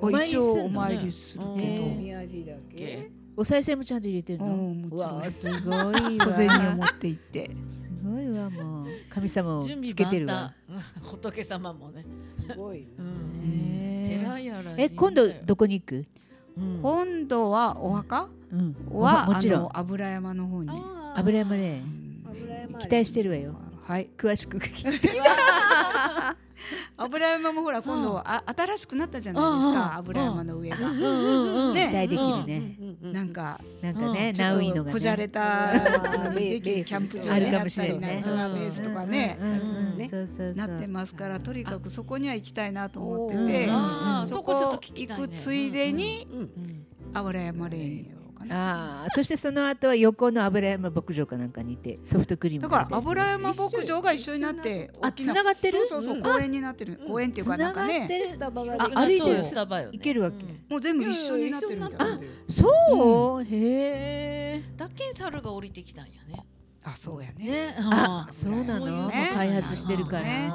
[SPEAKER 1] お
[SPEAKER 2] 参り
[SPEAKER 1] 一応お参りす
[SPEAKER 3] す
[SPEAKER 1] る
[SPEAKER 3] る
[SPEAKER 1] けど、
[SPEAKER 3] のね
[SPEAKER 4] え
[SPEAKER 2] うん
[SPEAKER 4] 宮地だけ
[SPEAKER 2] お賽銭もちゃんと入れてる
[SPEAKER 1] う
[SPEAKER 2] の
[SPEAKER 1] ん、も
[SPEAKER 2] う
[SPEAKER 1] ちろん
[SPEAKER 2] わすごいわ
[SPEAKER 1] 小銭を持って行って、
[SPEAKER 2] すごいわもう神様を
[SPEAKER 3] 準備
[SPEAKER 2] つけてるわ
[SPEAKER 3] 万端仏様もね
[SPEAKER 4] すごいね
[SPEAKER 3] うん
[SPEAKER 2] へ
[SPEAKER 3] 寺やら
[SPEAKER 2] ええ今度どこに行く
[SPEAKER 3] うん
[SPEAKER 1] 今度はお墓
[SPEAKER 2] うん
[SPEAKER 1] は、
[SPEAKER 2] も
[SPEAKER 1] あ
[SPEAKER 2] ちろん
[SPEAKER 1] の油山の方に、
[SPEAKER 4] あー
[SPEAKER 2] 油山ね
[SPEAKER 1] うん
[SPEAKER 4] 油山
[SPEAKER 2] 期待してるわよ
[SPEAKER 3] <laughs>
[SPEAKER 1] はい
[SPEAKER 2] 詳しく聞いて
[SPEAKER 1] 油山もほら今度はあ新しくなったじゃないです
[SPEAKER 3] うん
[SPEAKER 1] か油山の上が
[SPEAKER 3] うんうんうん
[SPEAKER 1] ね
[SPEAKER 2] 期待できる
[SPEAKER 4] う
[SPEAKER 2] ね
[SPEAKER 4] んうん
[SPEAKER 1] なんか
[SPEAKER 2] なんかね
[SPEAKER 3] うん
[SPEAKER 1] ち
[SPEAKER 2] ナ
[SPEAKER 1] ょ
[SPEAKER 2] ウ
[SPEAKER 1] っ
[SPEAKER 2] イの
[SPEAKER 1] と
[SPEAKER 2] が
[SPEAKER 1] こじゃ
[SPEAKER 2] ね
[SPEAKER 1] れたのでできるキャンプ場
[SPEAKER 2] あ
[SPEAKER 1] にな
[SPEAKER 2] るか
[SPEAKER 1] っ
[SPEAKER 2] もしたれ
[SPEAKER 1] り
[SPEAKER 2] な
[SPEAKER 1] ないん
[SPEAKER 2] ね
[SPEAKER 1] とかベースとかね
[SPEAKER 2] うんうんうん
[SPEAKER 4] ありますね
[SPEAKER 2] そうそうそう
[SPEAKER 1] なってますからとにかくそこには行きたいなと思って
[SPEAKER 2] う
[SPEAKER 1] て
[SPEAKER 2] ん
[SPEAKER 3] あー
[SPEAKER 1] そ
[SPEAKER 3] そ
[SPEAKER 1] こ
[SPEAKER 3] こちょっと聞き
[SPEAKER 1] 行
[SPEAKER 3] たいね
[SPEAKER 1] くついでに
[SPEAKER 4] うん
[SPEAKER 1] 油山レーンやろうかな
[SPEAKER 2] ああそしてその後は横の油山牧場かなんかにいてソフトクリー
[SPEAKER 1] だ
[SPEAKER 2] ム
[SPEAKER 1] から
[SPEAKER 2] 食べたり
[SPEAKER 1] 油山牧場が一緒になって
[SPEAKER 2] あ
[SPEAKER 1] 大きな
[SPEAKER 2] 繋がってる
[SPEAKER 1] そうそうそう
[SPEAKER 4] うん
[SPEAKER 1] 公園になってる応援っていうかなんか
[SPEAKER 2] 繋がっ
[SPEAKER 1] ね
[SPEAKER 2] てる
[SPEAKER 4] スタバが
[SPEAKER 2] あ
[SPEAKER 4] でき
[SPEAKER 2] 歩いてる
[SPEAKER 3] そうスタバよね
[SPEAKER 2] 行けるわけ
[SPEAKER 3] うん
[SPEAKER 1] もう全部一緒になってるみたいな
[SPEAKER 2] そう、へえ
[SPEAKER 3] だっけん猿が降りてきたんやね
[SPEAKER 1] あそうやね
[SPEAKER 3] ね
[SPEAKER 2] あ
[SPEAKER 3] ー
[SPEAKER 2] そうな
[SPEAKER 3] そういう
[SPEAKER 2] の
[SPEAKER 3] ね
[SPEAKER 2] もう開発してるから、
[SPEAKER 1] ね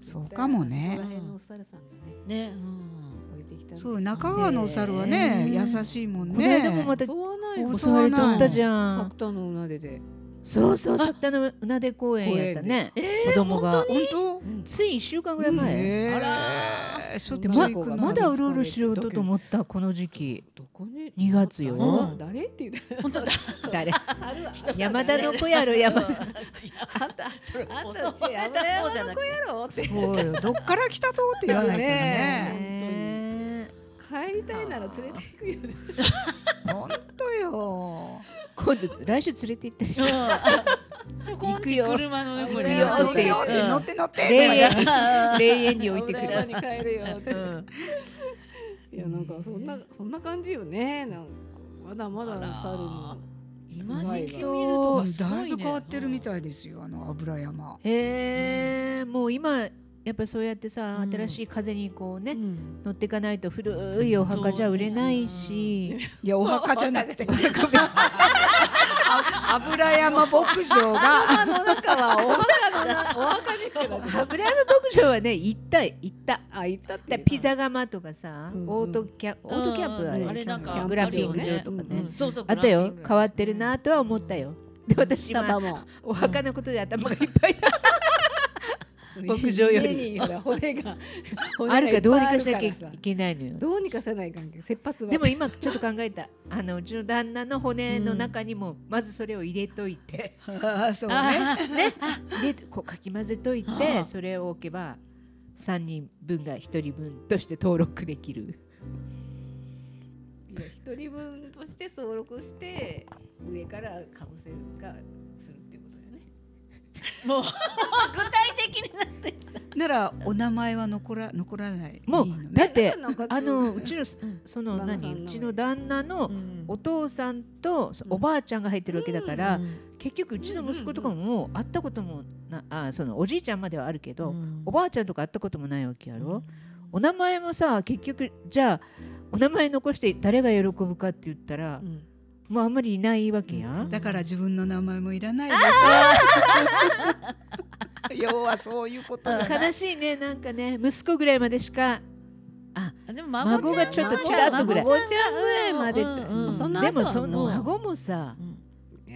[SPEAKER 1] そうかもね
[SPEAKER 4] そこら辺のお猿さんがね
[SPEAKER 3] ねうん
[SPEAKER 4] 降りてきたんです
[SPEAKER 1] そう中川のお猿はね
[SPEAKER 2] ね
[SPEAKER 1] 優しいもん
[SPEAKER 2] これでも
[SPEAKER 1] ね
[SPEAKER 2] また
[SPEAKER 4] そうはないよ
[SPEAKER 1] お
[SPEAKER 2] 襲われとったじゃ
[SPEAKER 4] 作
[SPEAKER 2] ん
[SPEAKER 4] 田のうなでで
[SPEAKER 2] そうそう作田のうなで公園やったね、子供が
[SPEAKER 1] 本
[SPEAKER 2] つい1週間ぐ
[SPEAKER 1] 当
[SPEAKER 2] らい前、
[SPEAKER 1] え
[SPEAKER 3] あ
[SPEAKER 1] ーしょっちゅ
[SPEAKER 4] で
[SPEAKER 1] う
[SPEAKER 2] ま
[SPEAKER 1] 行くのに
[SPEAKER 2] まだうろうろしようとと思ったこの時期
[SPEAKER 4] どこに
[SPEAKER 2] 2月よ、
[SPEAKER 3] うん
[SPEAKER 4] 誰って言う
[SPEAKER 3] 本
[SPEAKER 2] <laughs>
[SPEAKER 3] 当だ
[SPEAKER 2] 誰
[SPEAKER 4] 猿は
[SPEAKER 2] 山田の子やろ山田
[SPEAKER 4] あんた
[SPEAKER 3] <laughs> それ襲
[SPEAKER 4] あん
[SPEAKER 3] わ
[SPEAKER 4] たち
[SPEAKER 3] れ
[SPEAKER 4] 山
[SPEAKER 3] <laughs> た方じ
[SPEAKER 4] 田
[SPEAKER 3] ゃ
[SPEAKER 4] の
[SPEAKER 3] な
[SPEAKER 4] 子
[SPEAKER 3] く
[SPEAKER 4] やろって
[SPEAKER 1] そうよどっから来たとって言わないからね
[SPEAKER 2] ね
[SPEAKER 4] 帰りたいなら連れて行くよ
[SPEAKER 1] 本当よ
[SPEAKER 2] 今度来週連れて行ったりして
[SPEAKER 3] うんちょこん
[SPEAKER 2] 行く
[SPEAKER 3] ち
[SPEAKER 2] よ
[SPEAKER 3] 車の横に
[SPEAKER 2] 行くよ
[SPEAKER 1] 乗ってよって乗って乗ってとか
[SPEAKER 2] 霊
[SPEAKER 1] 言う
[SPEAKER 2] 園 <laughs> 霊園に置いてく
[SPEAKER 4] 油山
[SPEAKER 2] る
[SPEAKER 4] に帰るよって
[SPEAKER 3] うん
[SPEAKER 4] いやなんかそんなそんな感じよねなんかまだまだ
[SPEAKER 3] あら
[SPEAKER 4] 猿の
[SPEAKER 3] 今時期を見るとかすごいね
[SPEAKER 1] だいぶ変わってるみたいですよあの油山
[SPEAKER 2] へえもう今やっぱそうやってさ
[SPEAKER 3] うん
[SPEAKER 2] 新しい風にこうね
[SPEAKER 4] うん
[SPEAKER 2] 乗っていかないと古いお墓じゃ売れないし
[SPEAKER 1] いやお墓じゃなくて <laughs> あ油山牧場が
[SPEAKER 4] の中はお墓のなお墓にしかなってない
[SPEAKER 2] 油山牧場はね行った行った
[SPEAKER 4] あ行ったって
[SPEAKER 2] でピザ窯とかさ
[SPEAKER 4] うんうん
[SPEAKER 2] オートキャオートキャンプあ
[SPEAKER 3] うん
[SPEAKER 2] れ
[SPEAKER 3] あれなんか
[SPEAKER 2] キャンプ
[SPEAKER 3] あ
[SPEAKER 2] グラ
[SPEAKER 3] るよね
[SPEAKER 2] ンピング場とかね
[SPEAKER 3] うんそうそう
[SPEAKER 2] あった
[SPEAKER 3] グラ
[SPEAKER 2] よ
[SPEAKER 3] ンピング
[SPEAKER 2] 変わってるなとは思ったよで私
[SPEAKER 4] スタバ
[SPEAKER 2] 今
[SPEAKER 4] も
[SPEAKER 2] お墓のことで頭がいっぱい <laughs> だ牧場より
[SPEAKER 4] 家にほら骨が骨が
[SPEAKER 2] あるからどうにかしなきゃ <laughs>
[SPEAKER 4] いっ
[SPEAKER 2] い
[SPEAKER 4] ぱいあるからさ
[SPEAKER 2] けないのよ
[SPEAKER 4] どうにかせない関係切羽
[SPEAKER 2] で
[SPEAKER 4] 詰ま
[SPEAKER 2] も
[SPEAKER 4] って
[SPEAKER 2] 今ちょっと考えたあのうちの旦那の骨の中にもまずそれを入れといて
[SPEAKER 1] あそうね
[SPEAKER 3] あ
[SPEAKER 2] ねでこうかき混ぜとい
[SPEAKER 3] あ
[SPEAKER 2] て
[SPEAKER 3] あ
[SPEAKER 2] それを置けば3人分が1人分として登録できる
[SPEAKER 4] いや一人分として登録して上からかぶせるかするっていうことだよね
[SPEAKER 3] ーもうもう具体的になって
[SPEAKER 1] ならお名前は残ら残らない
[SPEAKER 2] もう
[SPEAKER 1] いいのね
[SPEAKER 2] だって
[SPEAKER 4] なんか
[SPEAKER 2] あのうちの
[SPEAKER 3] ん
[SPEAKER 2] その
[SPEAKER 4] 旦那さん
[SPEAKER 2] 何
[SPEAKER 4] の
[SPEAKER 2] うちの旦那のお父さんとそうおばあちゃんが入ってるわけだから、結局うちの息子とかももう会ったこともなあそのおじいちゃんまではあるけど、おばあちゃんとか会ったこともないわけやろ、お名前もさ結局じゃあお名前残して誰が喜ぶかって言ったら、
[SPEAKER 4] うん
[SPEAKER 2] もうあんまりいないわけや。
[SPEAKER 1] だから自分の名前もいらないでしょ <laughs> 要はそういうことだな
[SPEAKER 2] 悲しいねなんかね息子ぐらいまでしか
[SPEAKER 3] あでも
[SPEAKER 2] 孫がちょっとちらっとぐらい
[SPEAKER 4] おちゃんぐらいまで、
[SPEAKER 3] うんうん
[SPEAKER 4] その後
[SPEAKER 2] で
[SPEAKER 4] はも
[SPEAKER 2] も
[SPEAKER 4] う
[SPEAKER 2] その孫もさ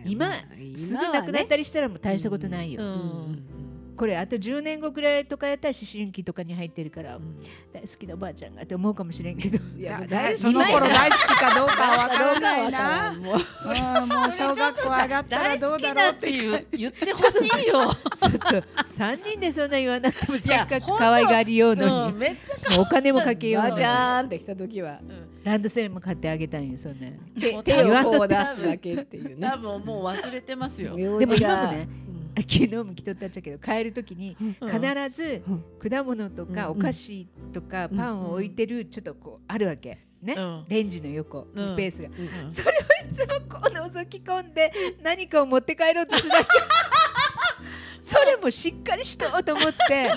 [SPEAKER 2] 今すぐ亡くなったりしたらもう大したことないよ、
[SPEAKER 3] うん
[SPEAKER 2] これあと10年後ぐらいとかやったら思春期とかに入ってるから、大好きなおばあちゃんがって思うかもしれんけど
[SPEAKER 4] い
[SPEAKER 1] だ
[SPEAKER 4] やもう
[SPEAKER 1] だ
[SPEAKER 4] 大
[SPEAKER 1] その頃大好きかどうかわから
[SPEAKER 4] 今
[SPEAKER 1] ない
[SPEAKER 4] は
[SPEAKER 1] な
[SPEAKER 4] もう
[SPEAKER 1] うんもう小学校上がったらどうだろうっていう
[SPEAKER 3] て言ってほしい
[SPEAKER 2] <laughs>
[SPEAKER 3] よ。
[SPEAKER 2] ちょっと3人でそんな言わなくてもせっか
[SPEAKER 3] ほん
[SPEAKER 2] く
[SPEAKER 3] と
[SPEAKER 2] 可愛がりようのに、
[SPEAKER 3] めっちゃ
[SPEAKER 2] もうお金もかけよう
[SPEAKER 4] ばあ
[SPEAKER 2] のに
[SPEAKER 4] ちゃんって来た時は
[SPEAKER 2] ランドセルも買ってあげたいんよそんな
[SPEAKER 4] 手
[SPEAKER 3] もう
[SPEAKER 4] 手を
[SPEAKER 2] 言
[SPEAKER 4] こ
[SPEAKER 2] わ
[SPEAKER 4] うん出
[SPEAKER 2] と
[SPEAKER 4] すだけっていうね
[SPEAKER 3] 多分もう忘れてますよ。
[SPEAKER 4] 用
[SPEAKER 2] でも
[SPEAKER 4] 事
[SPEAKER 2] 今も
[SPEAKER 4] が
[SPEAKER 2] ね <laughs> 昨日も着とったっちゃけど帰る時に必ず果物とかお菓子とかパンを置いてるちょっとこうあるわけね、
[SPEAKER 3] うん
[SPEAKER 2] レンジの横
[SPEAKER 3] うん
[SPEAKER 2] スペースが、それをいつもこう覗き込んで何かを持って帰ろうとするだけそれもしっかりしとうと思
[SPEAKER 3] <laughs>
[SPEAKER 2] って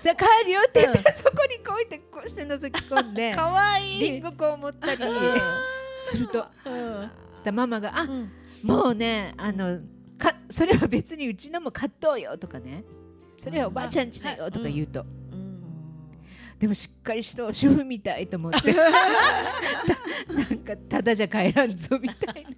[SPEAKER 2] さあ帰るよって言ったらそこにこういってこうして覗き込んで
[SPEAKER 3] 可愛
[SPEAKER 2] りん
[SPEAKER 3] い。
[SPEAKER 2] ごこう持ったりするとだママが「あ
[SPEAKER 3] ん
[SPEAKER 2] もうねあのかそれは別にうちのも買っとうよ」とかね「それはおばあちゃんちだよ」とか言うと、でもしっかりした主婦みたいと思っ
[SPEAKER 1] <laughs>
[SPEAKER 2] てたなんかただじゃ帰らんぞみたい
[SPEAKER 1] <laughs>
[SPEAKER 2] な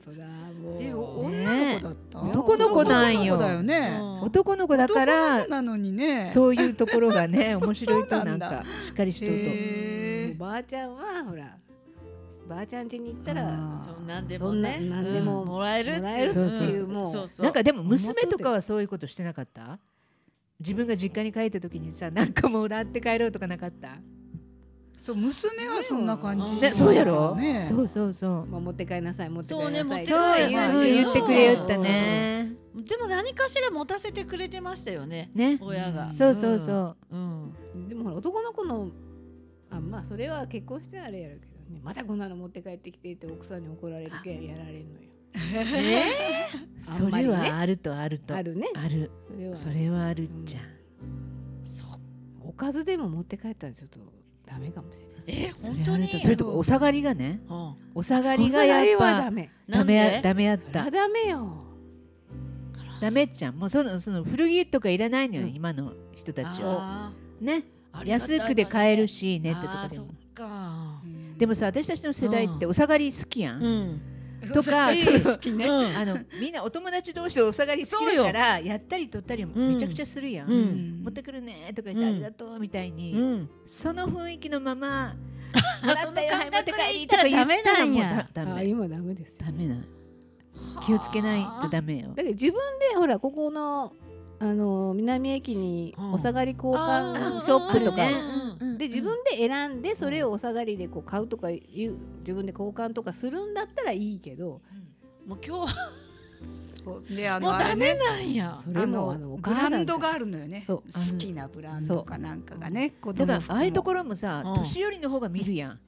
[SPEAKER 4] そらもう
[SPEAKER 1] えお女の子だった
[SPEAKER 2] ね男の子なんよ
[SPEAKER 1] 男の子だよね
[SPEAKER 2] 男の子だか
[SPEAKER 1] 男の
[SPEAKER 2] ら
[SPEAKER 1] 子なのにね
[SPEAKER 2] そういうところがね
[SPEAKER 1] <laughs> そう
[SPEAKER 2] 面白いと
[SPEAKER 1] そう
[SPEAKER 2] な
[SPEAKER 1] なんんだ
[SPEAKER 2] かしっかりしとる
[SPEAKER 1] へ
[SPEAKER 4] おばあちゃんはほらばあちゃん家に行ったら
[SPEAKER 1] あ
[SPEAKER 3] そうなんでもね。もらえる
[SPEAKER 2] となんかでも娘とかはそういうことしてなかった自分が実家に帰った時にさなんかもらって帰ろうとかなかった、
[SPEAKER 1] そう娘はそんな感じ、
[SPEAKER 3] うん
[SPEAKER 2] ね、そうやろ、
[SPEAKER 1] ね
[SPEAKER 2] そうそうそう
[SPEAKER 4] まあ、持って帰りなさい持って帰り
[SPEAKER 3] そうね
[SPEAKER 4] なさい
[SPEAKER 3] 持
[SPEAKER 2] そうや
[SPEAKER 3] って帰りなさ
[SPEAKER 2] ねそ
[SPEAKER 3] い
[SPEAKER 2] う言ってくれよった
[SPEAKER 3] うん
[SPEAKER 2] ね
[SPEAKER 3] でも何かしら持たせてくれてましたよね。
[SPEAKER 2] ね
[SPEAKER 3] 親が。
[SPEAKER 2] そうそうそう
[SPEAKER 3] うん。
[SPEAKER 4] でもほら男の子のあまあそれは結婚してあれやるけどねまたこんなの持って帰ってきてって奥さんに怒られるけんやられんのよ
[SPEAKER 3] え
[SPEAKER 2] それはあるとあると
[SPEAKER 4] あるね
[SPEAKER 2] ある
[SPEAKER 4] それは
[SPEAKER 2] それはあるじゃん
[SPEAKER 3] そ
[SPEAKER 4] おかずでも持って帰ったらちょっとダメかもしれない
[SPEAKER 3] え
[SPEAKER 2] そ
[SPEAKER 3] 本
[SPEAKER 2] れ
[SPEAKER 3] 当
[SPEAKER 2] ある
[SPEAKER 3] に
[SPEAKER 2] と。それとお下がりがねお下がり
[SPEAKER 4] お
[SPEAKER 2] が
[SPEAKER 4] 皿
[SPEAKER 2] やっ
[SPEAKER 4] はダ
[SPEAKER 2] ぱ
[SPEAKER 4] メ
[SPEAKER 2] ダメやダメやっ
[SPEAKER 4] それ
[SPEAKER 2] た
[SPEAKER 4] はダメよ
[SPEAKER 2] ダメっちゃんもうそのその古着とかいらないのよ
[SPEAKER 4] うん
[SPEAKER 2] 今の人たちは
[SPEAKER 3] あ
[SPEAKER 2] ね
[SPEAKER 3] ー
[SPEAKER 2] 安くで買える。し
[SPEAKER 3] あり
[SPEAKER 2] ネッ
[SPEAKER 3] が
[SPEAKER 2] トと
[SPEAKER 3] たい
[SPEAKER 2] か
[SPEAKER 3] ね
[SPEAKER 2] でも
[SPEAKER 3] あーそっか。
[SPEAKER 2] でもさ私たちの世代ってお下がり好きやん
[SPEAKER 3] うん。
[SPEAKER 2] とかその
[SPEAKER 1] 好きね、
[SPEAKER 3] うん
[SPEAKER 2] あのみんなお友達同士でお下がり好きだからやったり取ったりめちゃくちゃするやん、
[SPEAKER 3] うん
[SPEAKER 1] う
[SPEAKER 2] 持ってくるねとか言って、
[SPEAKER 3] うん
[SPEAKER 2] ありがとうみたいに、
[SPEAKER 3] うん。
[SPEAKER 2] その雰囲気のま
[SPEAKER 3] <laughs>
[SPEAKER 2] ま「
[SPEAKER 3] あ
[SPEAKER 2] もらったよ
[SPEAKER 3] その
[SPEAKER 2] はい持って
[SPEAKER 3] 感覚で
[SPEAKER 2] 帰
[SPEAKER 3] 言
[SPEAKER 2] り」
[SPEAKER 3] っ
[SPEAKER 2] と
[SPEAKER 3] た
[SPEAKER 2] から言ったらもう
[SPEAKER 3] ダメなんや
[SPEAKER 2] だダ
[SPEAKER 4] あ
[SPEAKER 2] メ
[SPEAKER 4] 今ダメですよ
[SPEAKER 2] ダメだ気をつけないとダメよ
[SPEAKER 4] だけど自分でほらここのあの南駅にお下がり交
[SPEAKER 2] うん
[SPEAKER 4] 換
[SPEAKER 2] あ
[SPEAKER 4] ショップとか
[SPEAKER 2] うん
[SPEAKER 4] で自分で選んでそれをお下がりでこう買うとかいう自分で交換とかするんだったらいいけど
[SPEAKER 3] もう今日は
[SPEAKER 1] であ
[SPEAKER 3] も
[SPEAKER 1] の
[SPEAKER 3] う
[SPEAKER 1] あ
[SPEAKER 3] ダ
[SPEAKER 1] れね
[SPEAKER 3] メなんや。
[SPEAKER 4] そ
[SPEAKER 1] あ
[SPEAKER 4] れもあの
[SPEAKER 1] の
[SPEAKER 4] お
[SPEAKER 1] ブ
[SPEAKER 4] 母
[SPEAKER 1] ラ
[SPEAKER 4] さん
[SPEAKER 1] ンドがあるのよね
[SPEAKER 4] そう
[SPEAKER 1] 好きなブランドかなんかがね子
[SPEAKER 2] だ
[SPEAKER 1] 供
[SPEAKER 2] から
[SPEAKER 1] 服
[SPEAKER 2] あ
[SPEAKER 1] も
[SPEAKER 2] あいうところもさ、
[SPEAKER 3] うん
[SPEAKER 2] 年寄りの方が見るやん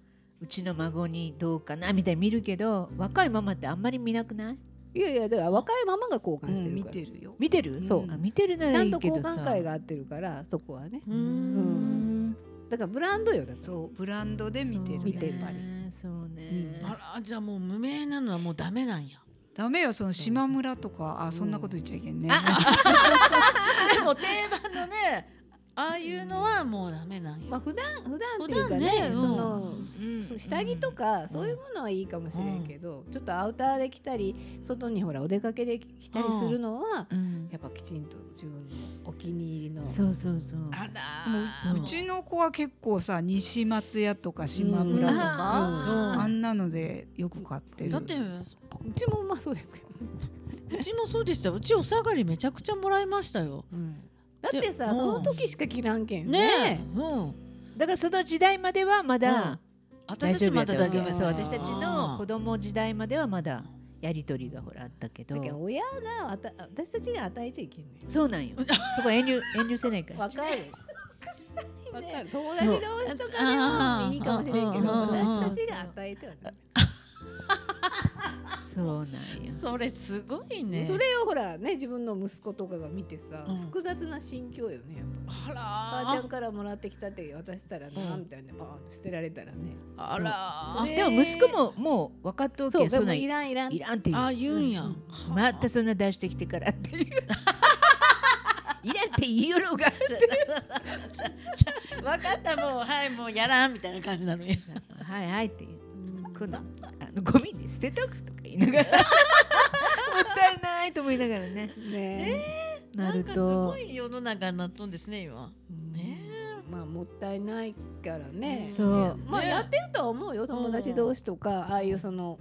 [SPEAKER 2] うちの孫にどうかなみたいに見るけど若いママってあんまり見なくない
[SPEAKER 4] いやいやだから若いママが交換して
[SPEAKER 1] うん
[SPEAKER 4] る
[SPEAKER 1] 見
[SPEAKER 4] から、
[SPEAKER 1] てるよ
[SPEAKER 2] 見てる
[SPEAKER 1] そう
[SPEAKER 2] あ見てるな
[SPEAKER 4] ちゃ
[SPEAKER 2] らい
[SPEAKER 4] ん
[SPEAKER 2] い
[SPEAKER 4] と
[SPEAKER 2] け
[SPEAKER 4] 交
[SPEAKER 2] どさ
[SPEAKER 4] 換会があってるからそこはね
[SPEAKER 3] う。
[SPEAKER 2] うんん
[SPEAKER 4] だからブランドよだから
[SPEAKER 1] そうブランドで見てる
[SPEAKER 2] そう
[SPEAKER 1] ね
[SPEAKER 4] 見てる
[SPEAKER 2] ねそうね、
[SPEAKER 4] うん
[SPEAKER 3] あらじゃあもう無名なのはもうダメなんや。
[SPEAKER 1] ダメよその島村とかあそんなこと言っちゃいけんね、
[SPEAKER 3] でも定番のねああいうのはもうダメなん
[SPEAKER 4] ま
[SPEAKER 3] や。
[SPEAKER 4] あ普段普段っていうかね
[SPEAKER 3] 普段ねうん
[SPEAKER 4] その、
[SPEAKER 2] うん
[SPEAKER 4] そう下着とかそういうものはいいかもしれんけど、ちょっとアウターで着たり外にほらお出かけで着たりするのは、
[SPEAKER 2] うん
[SPEAKER 4] やっぱきちんと自分のお気に入りの
[SPEAKER 2] そうそうそう
[SPEAKER 3] あ
[SPEAKER 2] も
[SPEAKER 3] ら
[SPEAKER 2] う
[SPEAKER 3] ー。
[SPEAKER 1] うちの子は結構さ西松屋とか島村とか、
[SPEAKER 3] うん
[SPEAKER 1] あんなのでよく買ってる
[SPEAKER 3] だって
[SPEAKER 4] うんうちもまあそうですけど、
[SPEAKER 3] うちもそうでした。うちお下がりめちゃくちゃもらいましたよ。
[SPEAKER 4] だってさ
[SPEAKER 3] うん
[SPEAKER 4] その時しか着らんけん
[SPEAKER 3] ねえ。
[SPEAKER 4] ね
[SPEAKER 3] うん。
[SPEAKER 2] だからその時代まではまだ
[SPEAKER 3] 私
[SPEAKER 2] 大
[SPEAKER 3] た
[SPEAKER 2] 丈夫
[SPEAKER 3] ち
[SPEAKER 2] や
[SPEAKER 3] ま
[SPEAKER 2] ったわけ
[SPEAKER 3] だ大丈夫
[SPEAKER 2] よ
[SPEAKER 3] や
[SPEAKER 2] そう
[SPEAKER 4] あー
[SPEAKER 2] 私たちの子供時代まではまだやり取りがほらあったけど
[SPEAKER 4] だけど親があた私たちに与えちゃいけんね
[SPEAKER 2] そうなんよそこ遠慮遠慮せないから
[SPEAKER 4] わかるわ
[SPEAKER 3] ね
[SPEAKER 4] かる友達同士とかでもいいかもしれんけど
[SPEAKER 2] そうあー
[SPEAKER 4] 私たちが与えてはダメ
[SPEAKER 2] そうなんや
[SPEAKER 3] それすごいね
[SPEAKER 4] それをほらね自分の息子とかが見てさ、
[SPEAKER 3] うん
[SPEAKER 4] 複雑な心境よねやっぱ
[SPEAKER 3] あら
[SPEAKER 4] 母ちゃんからもらってきたって渡したらな、
[SPEAKER 3] うん
[SPEAKER 4] みたいなパーンと捨てられたらね
[SPEAKER 3] あら
[SPEAKER 2] あ
[SPEAKER 4] それ
[SPEAKER 2] でも息子ももう分かっておけ
[SPEAKER 4] そう
[SPEAKER 2] そ
[SPEAKER 4] で
[SPEAKER 2] ん
[SPEAKER 4] も
[SPEAKER 2] なん
[SPEAKER 4] い
[SPEAKER 2] い
[SPEAKER 4] らんいらん
[SPEAKER 2] らんっていう
[SPEAKER 3] あ言うんや、
[SPEAKER 2] またそんな出してきてからっていういらんって言いよろうが
[SPEAKER 3] <laughs> 分かったもうはいもうやらんみたいな感じなのに
[SPEAKER 2] はいはいっていう今度あのゴミに捨てとくとか言いながらもったいないと思いながらね
[SPEAKER 4] ね
[SPEAKER 2] なる
[SPEAKER 3] んかすご
[SPEAKER 2] と
[SPEAKER 3] い世の中になっとんですね今ね
[SPEAKER 4] まあもったいないからね
[SPEAKER 2] そう
[SPEAKER 4] まあ
[SPEAKER 3] ね
[SPEAKER 4] やってるとは思うよ友達同士とかああいうその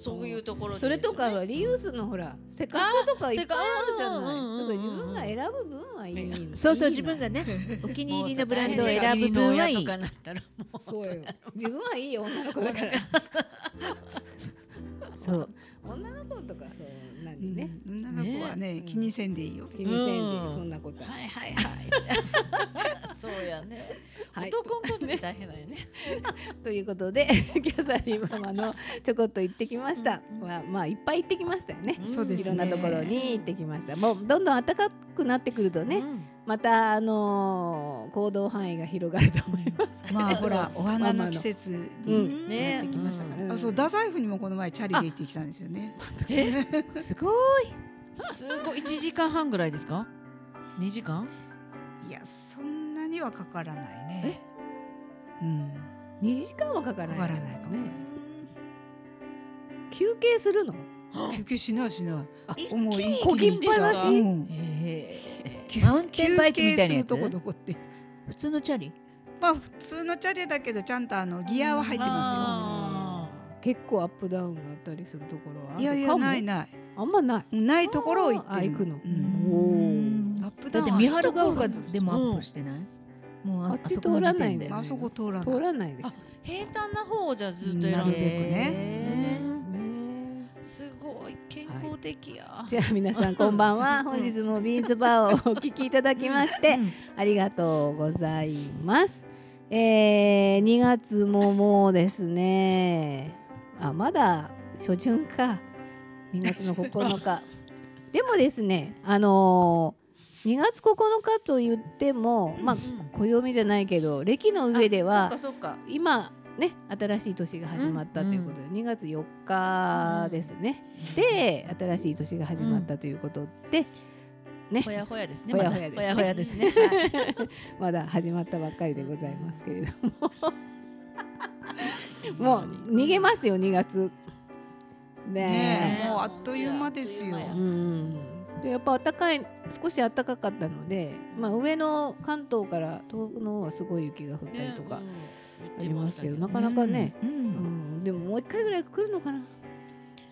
[SPEAKER 3] そういうところで
[SPEAKER 4] それとかはリユースのほらセカンドとかいっぱいあるじゃ
[SPEAKER 3] あ
[SPEAKER 4] な
[SPEAKER 3] セカンド
[SPEAKER 4] いだから自分が選ぶ分はいいの
[SPEAKER 2] そうそう
[SPEAKER 4] いい
[SPEAKER 2] 自
[SPEAKER 4] のよ
[SPEAKER 2] 分がねお気
[SPEAKER 3] 気
[SPEAKER 2] に入りのブランドを選ぶ分はいい
[SPEAKER 3] かなったらも
[SPEAKER 4] <laughs>
[SPEAKER 3] う
[SPEAKER 4] そうよ自分はいいよ女の子だから
[SPEAKER 2] そう
[SPEAKER 4] <laughs> 女の子とかそう
[SPEAKER 1] う
[SPEAKER 4] 何
[SPEAKER 1] ん
[SPEAKER 4] ね
[SPEAKER 1] 女の子はね
[SPEAKER 4] ね
[SPEAKER 1] 気にせんでいいよ。
[SPEAKER 4] 気にせんでいい
[SPEAKER 3] うん
[SPEAKER 4] そんなことは
[SPEAKER 3] はいはいはいそうやね、
[SPEAKER 4] はい
[SPEAKER 3] 男の子って大変だよね
[SPEAKER 4] ということで <laughs> キャサリンママのちょこっと行ってきました
[SPEAKER 3] うん
[SPEAKER 4] まあまあいっぱい行ってきましたよね
[SPEAKER 1] そうです
[SPEAKER 4] い
[SPEAKER 1] ね
[SPEAKER 4] ろんなところに行ってきましたもうどんどん暖かくなってくるとね
[SPEAKER 3] うん
[SPEAKER 4] またあのー行動範囲が広がると思います
[SPEAKER 1] まあほらお花の季節
[SPEAKER 4] うん
[SPEAKER 1] になってきましたから、
[SPEAKER 4] ね
[SPEAKER 1] あそう太宰府にもこの前チャリで行ってきたんですよね。
[SPEAKER 2] すごい
[SPEAKER 3] すごい一時間半ぐらいですか二時間
[SPEAKER 1] いやそんなにはかからないね。うん
[SPEAKER 4] 2時間はかか
[SPEAKER 1] からか
[SPEAKER 4] ない
[SPEAKER 1] らないかも、ね。
[SPEAKER 4] 休憩するの
[SPEAKER 1] 休憩しないしない。
[SPEAKER 2] あ
[SPEAKER 1] もう一
[SPEAKER 3] こぎっぱなし
[SPEAKER 1] うん
[SPEAKER 2] え
[SPEAKER 1] 休
[SPEAKER 2] ーマウンテンバイクみたいな
[SPEAKER 1] 休
[SPEAKER 2] や
[SPEAKER 1] 憩するとこ
[SPEAKER 2] つ
[SPEAKER 1] どこって。
[SPEAKER 2] 普通のチャリ
[SPEAKER 1] まあ普通のチャリだけどちゃんとあのギアは入ってま
[SPEAKER 3] あ
[SPEAKER 4] 結構アップダウンがあったりするところはあるか
[SPEAKER 1] すよ。
[SPEAKER 4] も
[SPEAKER 1] いやいやないない。
[SPEAKER 4] あんまない
[SPEAKER 1] ないところを行ってる
[SPEAKER 4] あー行くの
[SPEAKER 1] うん
[SPEAKER 2] うん
[SPEAKER 1] アップダ
[SPEAKER 2] だ
[SPEAKER 1] ウ
[SPEAKER 2] っ
[SPEAKER 1] ン
[SPEAKER 2] て
[SPEAKER 1] は
[SPEAKER 2] 三原が丘でもア
[SPEAKER 3] うん
[SPEAKER 2] ップしてないもうあ
[SPEAKER 4] あっち
[SPEAKER 2] あそこの時点
[SPEAKER 4] 通らないんだ
[SPEAKER 2] で
[SPEAKER 4] よ
[SPEAKER 1] あそこ通らない
[SPEAKER 4] 通。らないですよ
[SPEAKER 3] ー平坦な方をじゃあずっと選んで
[SPEAKER 1] なるべくね
[SPEAKER 2] へー
[SPEAKER 4] ね
[SPEAKER 3] すごい健康的や、 <laughs>
[SPEAKER 4] じゃあ皆さんこんばんは本日もビーズバーをお聞きいただきまして
[SPEAKER 2] うん
[SPEAKER 4] ありがとうございます。えー、2月ももうですね。あ、まだ初旬か。2月の9日。でもですね、あのー、2月9日と言っても、まあ、暦じゃないけど、暦の上では、
[SPEAKER 3] そうか
[SPEAKER 4] 今ね新しい年が始まったということで、2月4日ですね、で新しい年が始まったということで、ね
[SPEAKER 3] ほやほやですね
[SPEAKER 4] ほやほやですね
[SPEAKER 3] まだほやほやですね、はい
[SPEAKER 4] まだ始まったばっかりでございますけれどももう逃げますよ2月ね
[SPEAKER 1] ねえもうあっという間ですよ。
[SPEAKER 4] えうんでやっぱ暖かい少し暖かかったので、まあ、上の関東から東北の方はすごい雪が降ったりとかあ
[SPEAKER 3] ねうん
[SPEAKER 4] りますけど、
[SPEAKER 3] 言
[SPEAKER 4] な
[SPEAKER 3] って
[SPEAKER 4] かなかね、
[SPEAKER 2] う
[SPEAKER 4] うんんでももう一回ぐらい来るのかな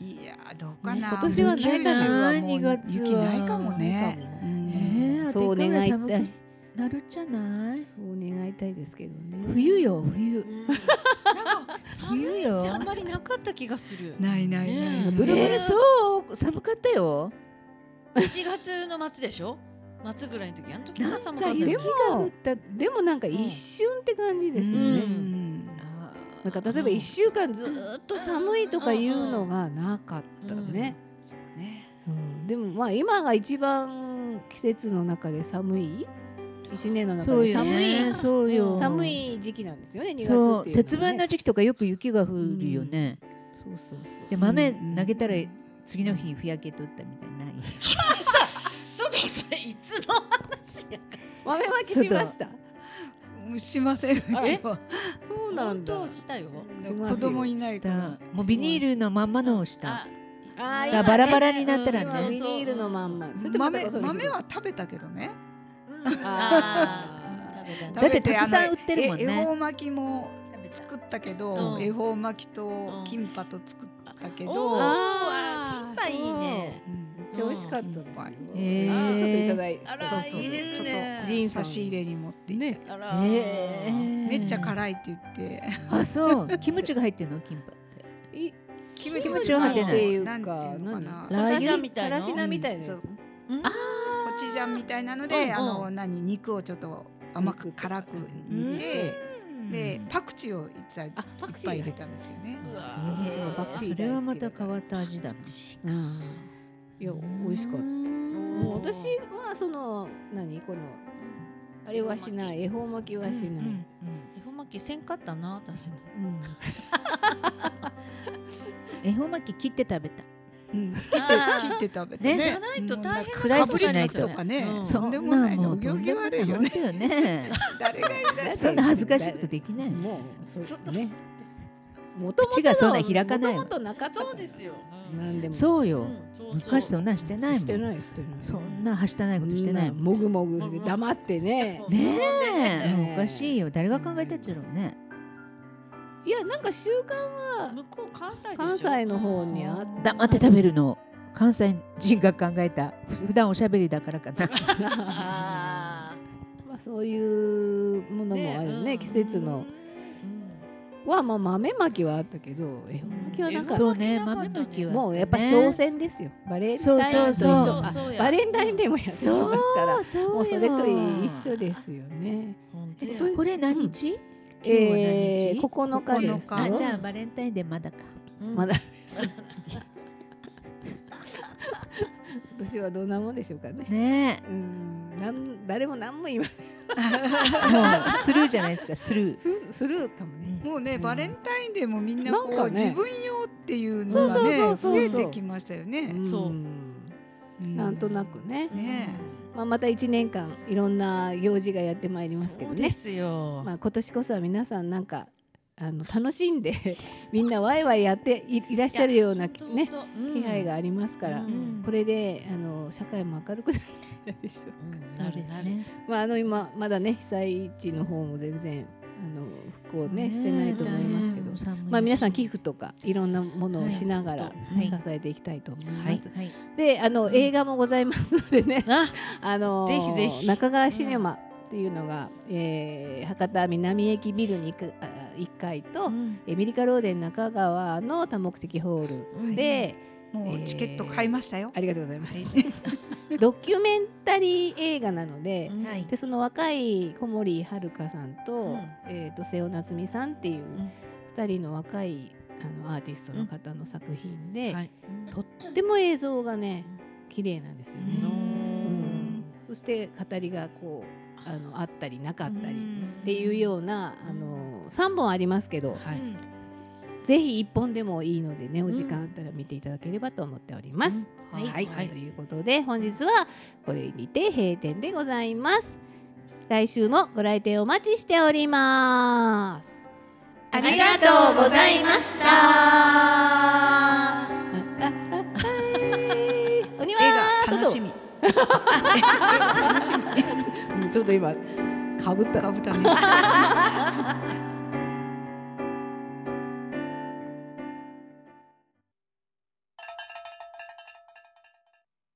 [SPEAKER 4] い
[SPEAKER 1] やーどうかな。
[SPEAKER 4] ね今年はないかな
[SPEAKER 1] 九州はもう
[SPEAKER 2] 二月は
[SPEAKER 1] 雪ないかもね。うん
[SPEAKER 2] ねえ
[SPEAKER 4] そう
[SPEAKER 2] あと一ヶ月寒く
[SPEAKER 4] 願い
[SPEAKER 2] なるじゃない
[SPEAKER 4] そう願いたいですけどね。
[SPEAKER 2] 冬よ冬
[SPEAKER 3] ましたねなんか寒
[SPEAKER 2] 冬
[SPEAKER 3] い
[SPEAKER 2] よ
[SPEAKER 3] じゃあんまりなかった気が
[SPEAKER 1] <laughs>
[SPEAKER 3] する
[SPEAKER 1] ないないないない。
[SPEAKER 3] ね
[SPEAKER 2] ブルブ
[SPEAKER 3] ね
[SPEAKER 2] ルそう寒かったよ
[SPEAKER 3] 1月の末でしょ末ぐらいの時あの時も寒かった
[SPEAKER 2] なんか
[SPEAKER 3] よ
[SPEAKER 4] で
[SPEAKER 2] 雪
[SPEAKER 4] も
[SPEAKER 2] が降った
[SPEAKER 4] でもなんか一瞬って感じですよ
[SPEAKER 1] う
[SPEAKER 4] ね。
[SPEAKER 1] ん
[SPEAKER 4] なんか例えば1週間ずーっと寒いとかいうのがなかったね。
[SPEAKER 1] ね
[SPEAKER 4] うんでもまあ今が一番季節の中で寒い一年の中
[SPEAKER 2] そう
[SPEAKER 4] で
[SPEAKER 2] よ
[SPEAKER 4] 寒い、
[SPEAKER 2] ねそうよ
[SPEAKER 4] 寒い時期なんですよね2月っていうの
[SPEAKER 2] そ
[SPEAKER 4] は
[SPEAKER 2] う
[SPEAKER 4] ね
[SPEAKER 2] 節分の時期とかよく雪が降るよね
[SPEAKER 4] そうそうそう
[SPEAKER 2] で豆投げたら次の日ふやけとったみたいなない
[SPEAKER 3] そうかそれいつの話や
[SPEAKER 4] 豆まきしました。
[SPEAKER 1] うんしません。うちは
[SPEAKER 4] そうなんだ。
[SPEAKER 3] 本当したよ
[SPEAKER 4] しますよ
[SPEAKER 1] 子供いないか
[SPEAKER 2] 下
[SPEAKER 1] ら。
[SPEAKER 2] もうビニールのまんまのをした
[SPEAKER 4] あー
[SPEAKER 2] だからバラバラになったら
[SPEAKER 4] 今
[SPEAKER 2] ね
[SPEAKER 4] ビニールのまんま。それとまた
[SPEAKER 1] 豆
[SPEAKER 4] それ
[SPEAKER 1] 豆は食べたけどね。
[SPEAKER 4] あー
[SPEAKER 1] 食
[SPEAKER 2] だっ
[SPEAKER 1] べ
[SPEAKER 2] てたくさん売ってるもんね
[SPEAKER 1] あのえ恵方巻きも作ったけ
[SPEAKER 3] う
[SPEAKER 1] ど、
[SPEAKER 3] ん
[SPEAKER 1] 恵方巻き
[SPEAKER 3] う
[SPEAKER 1] と
[SPEAKER 3] ん
[SPEAKER 1] キンパと作ったけ
[SPEAKER 3] お
[SPEAKER 1] ど。
[SPEAKER 4] あー
[SPEAKER 3] あいいね
[SPEAKER 1] うん
[SPEAKER 4] めっちゃ美味しかったですよ
[SPEAKER 1] うんうん
[SPEAKER 2] え
[SPEAKER 4] あ
[SPEAKER 2] ー
[SPEAKER 4] ーちょっといただいて。
[SPEAKER 3] あ
[SPEAKER 1] そう
[SPEAKER 3] ら
[SPEAKER 1] そう
[SPEAKER 3] いいですね
[SPEAKER 1] ちょっと差し入れに持っていって。
[SPEAKER 3] あら
[SPEAKER 2] えー
[SPEAKER 1] めっちゃ辛いって言って。
[SPEAKER 2] あそうキムチが入ってるのキンパって
[SPEAKER 4] い
[SPEAKER 1] キ
[SPEAKER 2] ムチも入ってない
[SPEAKER 4] っていう
[SPEAKER 1] なんて
[SPEAKER 4] か
[SPEAKER 1] いうのかな。
[SPEAKER 3] ラー油みたいな
[SPEAKER 4] からし菜みたいなやつ
[SPEAKER 1] そう
[SPEAKER 3] うん
[SPEAKER 1] コチュジャンみたいなの
[SPEAKER 3] うんう
[SPEAKER 1] で、
[SPEAKER 3] ん
[SPEAKER 1] あの何肉をちょっと甘く
[SPEAKER 4] 肉とか
[SPEAKER 1] 辛く煮て、でパクチーをいっぱいいっ
[SPEAKER 4] あパクチー
[SPEAKER 1] ぱい入れたんですよね。
[SPEAKER 3] うわ
[SPEAKER 4] え
[SPEAKER 3] ー
[SPEAKER 4] そうパクチー
[SPEAKER 2] それはまた変わった味だな。
[SPEAKER 4] うんいや美味しかったもう
[SPEAKER 3] おー
[SPEAKER 4] 私はその何このあれはしない恵方巻きはしない、
[SPEAKER 3] 恵方巻きせんかったな私も
[SPEAKER 4] うん
[SPEAKER 2] 恵方巻き切って食べた。
[SPEAKER 1] うん切って
[SPEAKER 3] あ
[SPEAKER 1] 切
[SPEAKER 3] ー
[SPEAKER 1] って食べてね。
[SPEAKER 3] じゃないと大変
[SPEAKER 1] もう
[SPEAKER 2] スライスしな
[SPEAKER 1] かぶり
[SPEAKER 2] い
[SPEAKER 1] つき
[SPEAKER 2] と
[SPEAKER 1] とかね
[SPEAKER 3] うん。
[SPEAKER 1] とんでもない
[SPEAKER 2] も
[SPEAKER 1] の。
[SPEAKER 2] う
[SPEAKER 1] お行儀悪いよ
[SPEAKER 2] 本 <laughs>
[SPEAKER 1] ね。
[SPEAKER 2] 当よね。
[SPEAKER 1] 誰が言い出し
[SPEAKER 2] そんな恥ずかしいことできない。
[SPEAKER 4] もうそうですねも
[SPEAKER 2] 口がそんな開かないわ
[SPEAKER 4] もともとなかったから
[SPEAKER 3] そうですよ
[SPEAKER 4] なんでも
[SPEAKER 2] そう
[SPEAKER 3] う
[SPEAKER 2] よ。
[SPEAKER 3] んそうそう
[SPEAKER 2] 昔そんなんしてない
[SPEAKER 4] して
[SPEAKER 2] もん。
[SPEAKER 4] ないしてない
[SPEAKER 2] そんなはしたないことしてないもん。
[SPEAKER 4] もぐもぐして黙ってね
[SPEAKER 3] そう
[SPEAKER 2] ねえ、
[SPEAKER 4] ね
[SPEAKER 2] もうおかしいよ。誰が考えたっちゃろうね。
[SPEAKER 4] いやなんか習慣は
[SPEAKER 3] 向こう関西でしょ
[SPEAKER 4] 関西の方にあっ
[SPEAKER 2] 黙って食べるの。関西人が考えた。ふ普段おしゃべりだからかな。
[SPEAKER 4] たら
[SPEAKER 3] あ
[SPEAKER 4] まあそういうものもあるよね
[SPEAKER 3] ねうん
[SPEAKER 4] 季節のはまあ豆まきはあったけど恵方巻きはなんか
[SPEAKER 3] 恵方
[SPEAKER 2] そうね、
[SPEAKER 3] 巻きなかったね
[SPEAKER 2] 豆まきは。
[SPEAKER 4] もうやっぱ商戦ですよバレン
[SPEAKER 2] そう
[SPEAKER 4] タイン
[SPEAKER 2] そ
[SPEAKER 4] と
[SPEAKER 2] う
[SPEAKER 4] 一
[SPEAKER 2] そう
[SPEAKER 4] 緒あバレンタインデーもやってますから
[SPEAKER 2] そうよ
[SPEAKER 4] もうそれと一緒ですよね
[SPEAKER 3] ン
[SPEAKER 2] これ何日？今日は何日
[SPEAKER 4] えー、9日ですよ
[SPEAKER 1] 9
[SPEAKER 2] あ、
[SPEAKER 1] 日
[SPEAKER 2] じゃあバレンタインでまだか。
[SPEAKER 4] まだ
[SPEAKER 3] <laughs>
[SPEAKER 4] 私はどんなもんでしょうかね
[SPEAKER 2] ね
[SPEAKER 4] うんなん誰も何も言いません
[SPEAKER 2] え、もうスルーじゃないですか、スルー。
[SPEAKER 4] スルースルーかもね、
[SPEAKER 1] もうねバレンタインデーもみんなこ
[SPEAKER 4] なんか
[SPEAKER 1] う
[SPEAKER 4] ね
[SPEAKER 1] 自分用っていうのがね
[SPEAKER 4] そうそ
[SPEAKER 1] 増
[SPEAKER 4] うそうそう
[SPEAKER 1] えてきましたよね。
[SPEAKER 3] そうん
[SPEAKER 1] う
[SPEAKER 4] なんとなくね、
[SPEAKER 1] ね
[SPEAKER 4] まあ、また1年間いろんな行事がやってまいりますけど
[SPEAKER 3] そう
[SPEAKER 4] ね
[SPEAKER 3] ですよ
[SPEAKER 4] まあ、今年こそは皆さんなんかあの楽しんで <laughs> みんなワイワイやっていいらっしゃるようなね気配がありますから、
[SPEAKER 3] うん
[SPEAKER 4] これであの社会も明るくなるでしょう
[SPEAKER 2] そうですね。
[SPEAKER 4] まあ、あの今まだね被災地の方も全然あの復興ねしてないと思いますけど、
[SPEAKER 2] ねえ
[SPEAKER 4] まあ、皆さん寄付とかいろんなものをしながら、
[SPEAKER 2] い
[SPEAKER 4] 支えていきたいと思います。
[SPEAKER 2] はい。
[SPEAKER 4] であの映画もございますのでね、
[SPEAKER 3] あ
[SPEAKER 4] あの
[SPEAKER 3] ぜひぜひ
[SPEAKER 4] 中川シネマっていうのが、えー博多南駅ビルに行くあ1階と、えーメリカローデン中川の多目的ホール
[SPEAKER 1] え
[SPEAKER 4] で、
[SPEAKER 1] もうチケット買いましたよ。
[SPEAKER 4] ありがとうございます。 <laughs> ドキュメンタリー映画なので、
[SPEAKER 2] はい
[SPEAKER 4] でその若い小森遥さんと,、
[SPEAKER 3] ん
[SPEAKER 4] えー、と瀬尾夏美さんっていう
[SPEAKER 3] うん
[SPEAKER 4] 2人の若いあのアーティストの方の作品で、
[SPEAKER 3] はい
[SPEAKER 4] とっても映像がね綺麗なんですよね。
[SPEAKER 3] うん
[SPEAKER 4] そして語りがこうあのあったりなかったりっていうような、あの3本ありますけど、
[SPEAKER 3] はい
[SPEAKER 4] ぜひ1本でもいいのでねお時間あったら見ていただければと思っております。
[SPEAKER 3] うん
[SPEAKER 4] はい、
[SPEAKER 3] はいはい
[SPEAKER 4] ということで本日はこれにて閉店でございます。来週もご来店お待ちしております。
[SPEAKER 3] ありがとうございました。
[SPEAKER 4] お庭
[SPEAKER 1] 映画楽
[SPEAKER 4] 外
[SPEAKER 1] しみ。
[SPEAKER 4] うんちょっと今かぶった
[SPEAKER 1] かぶたね。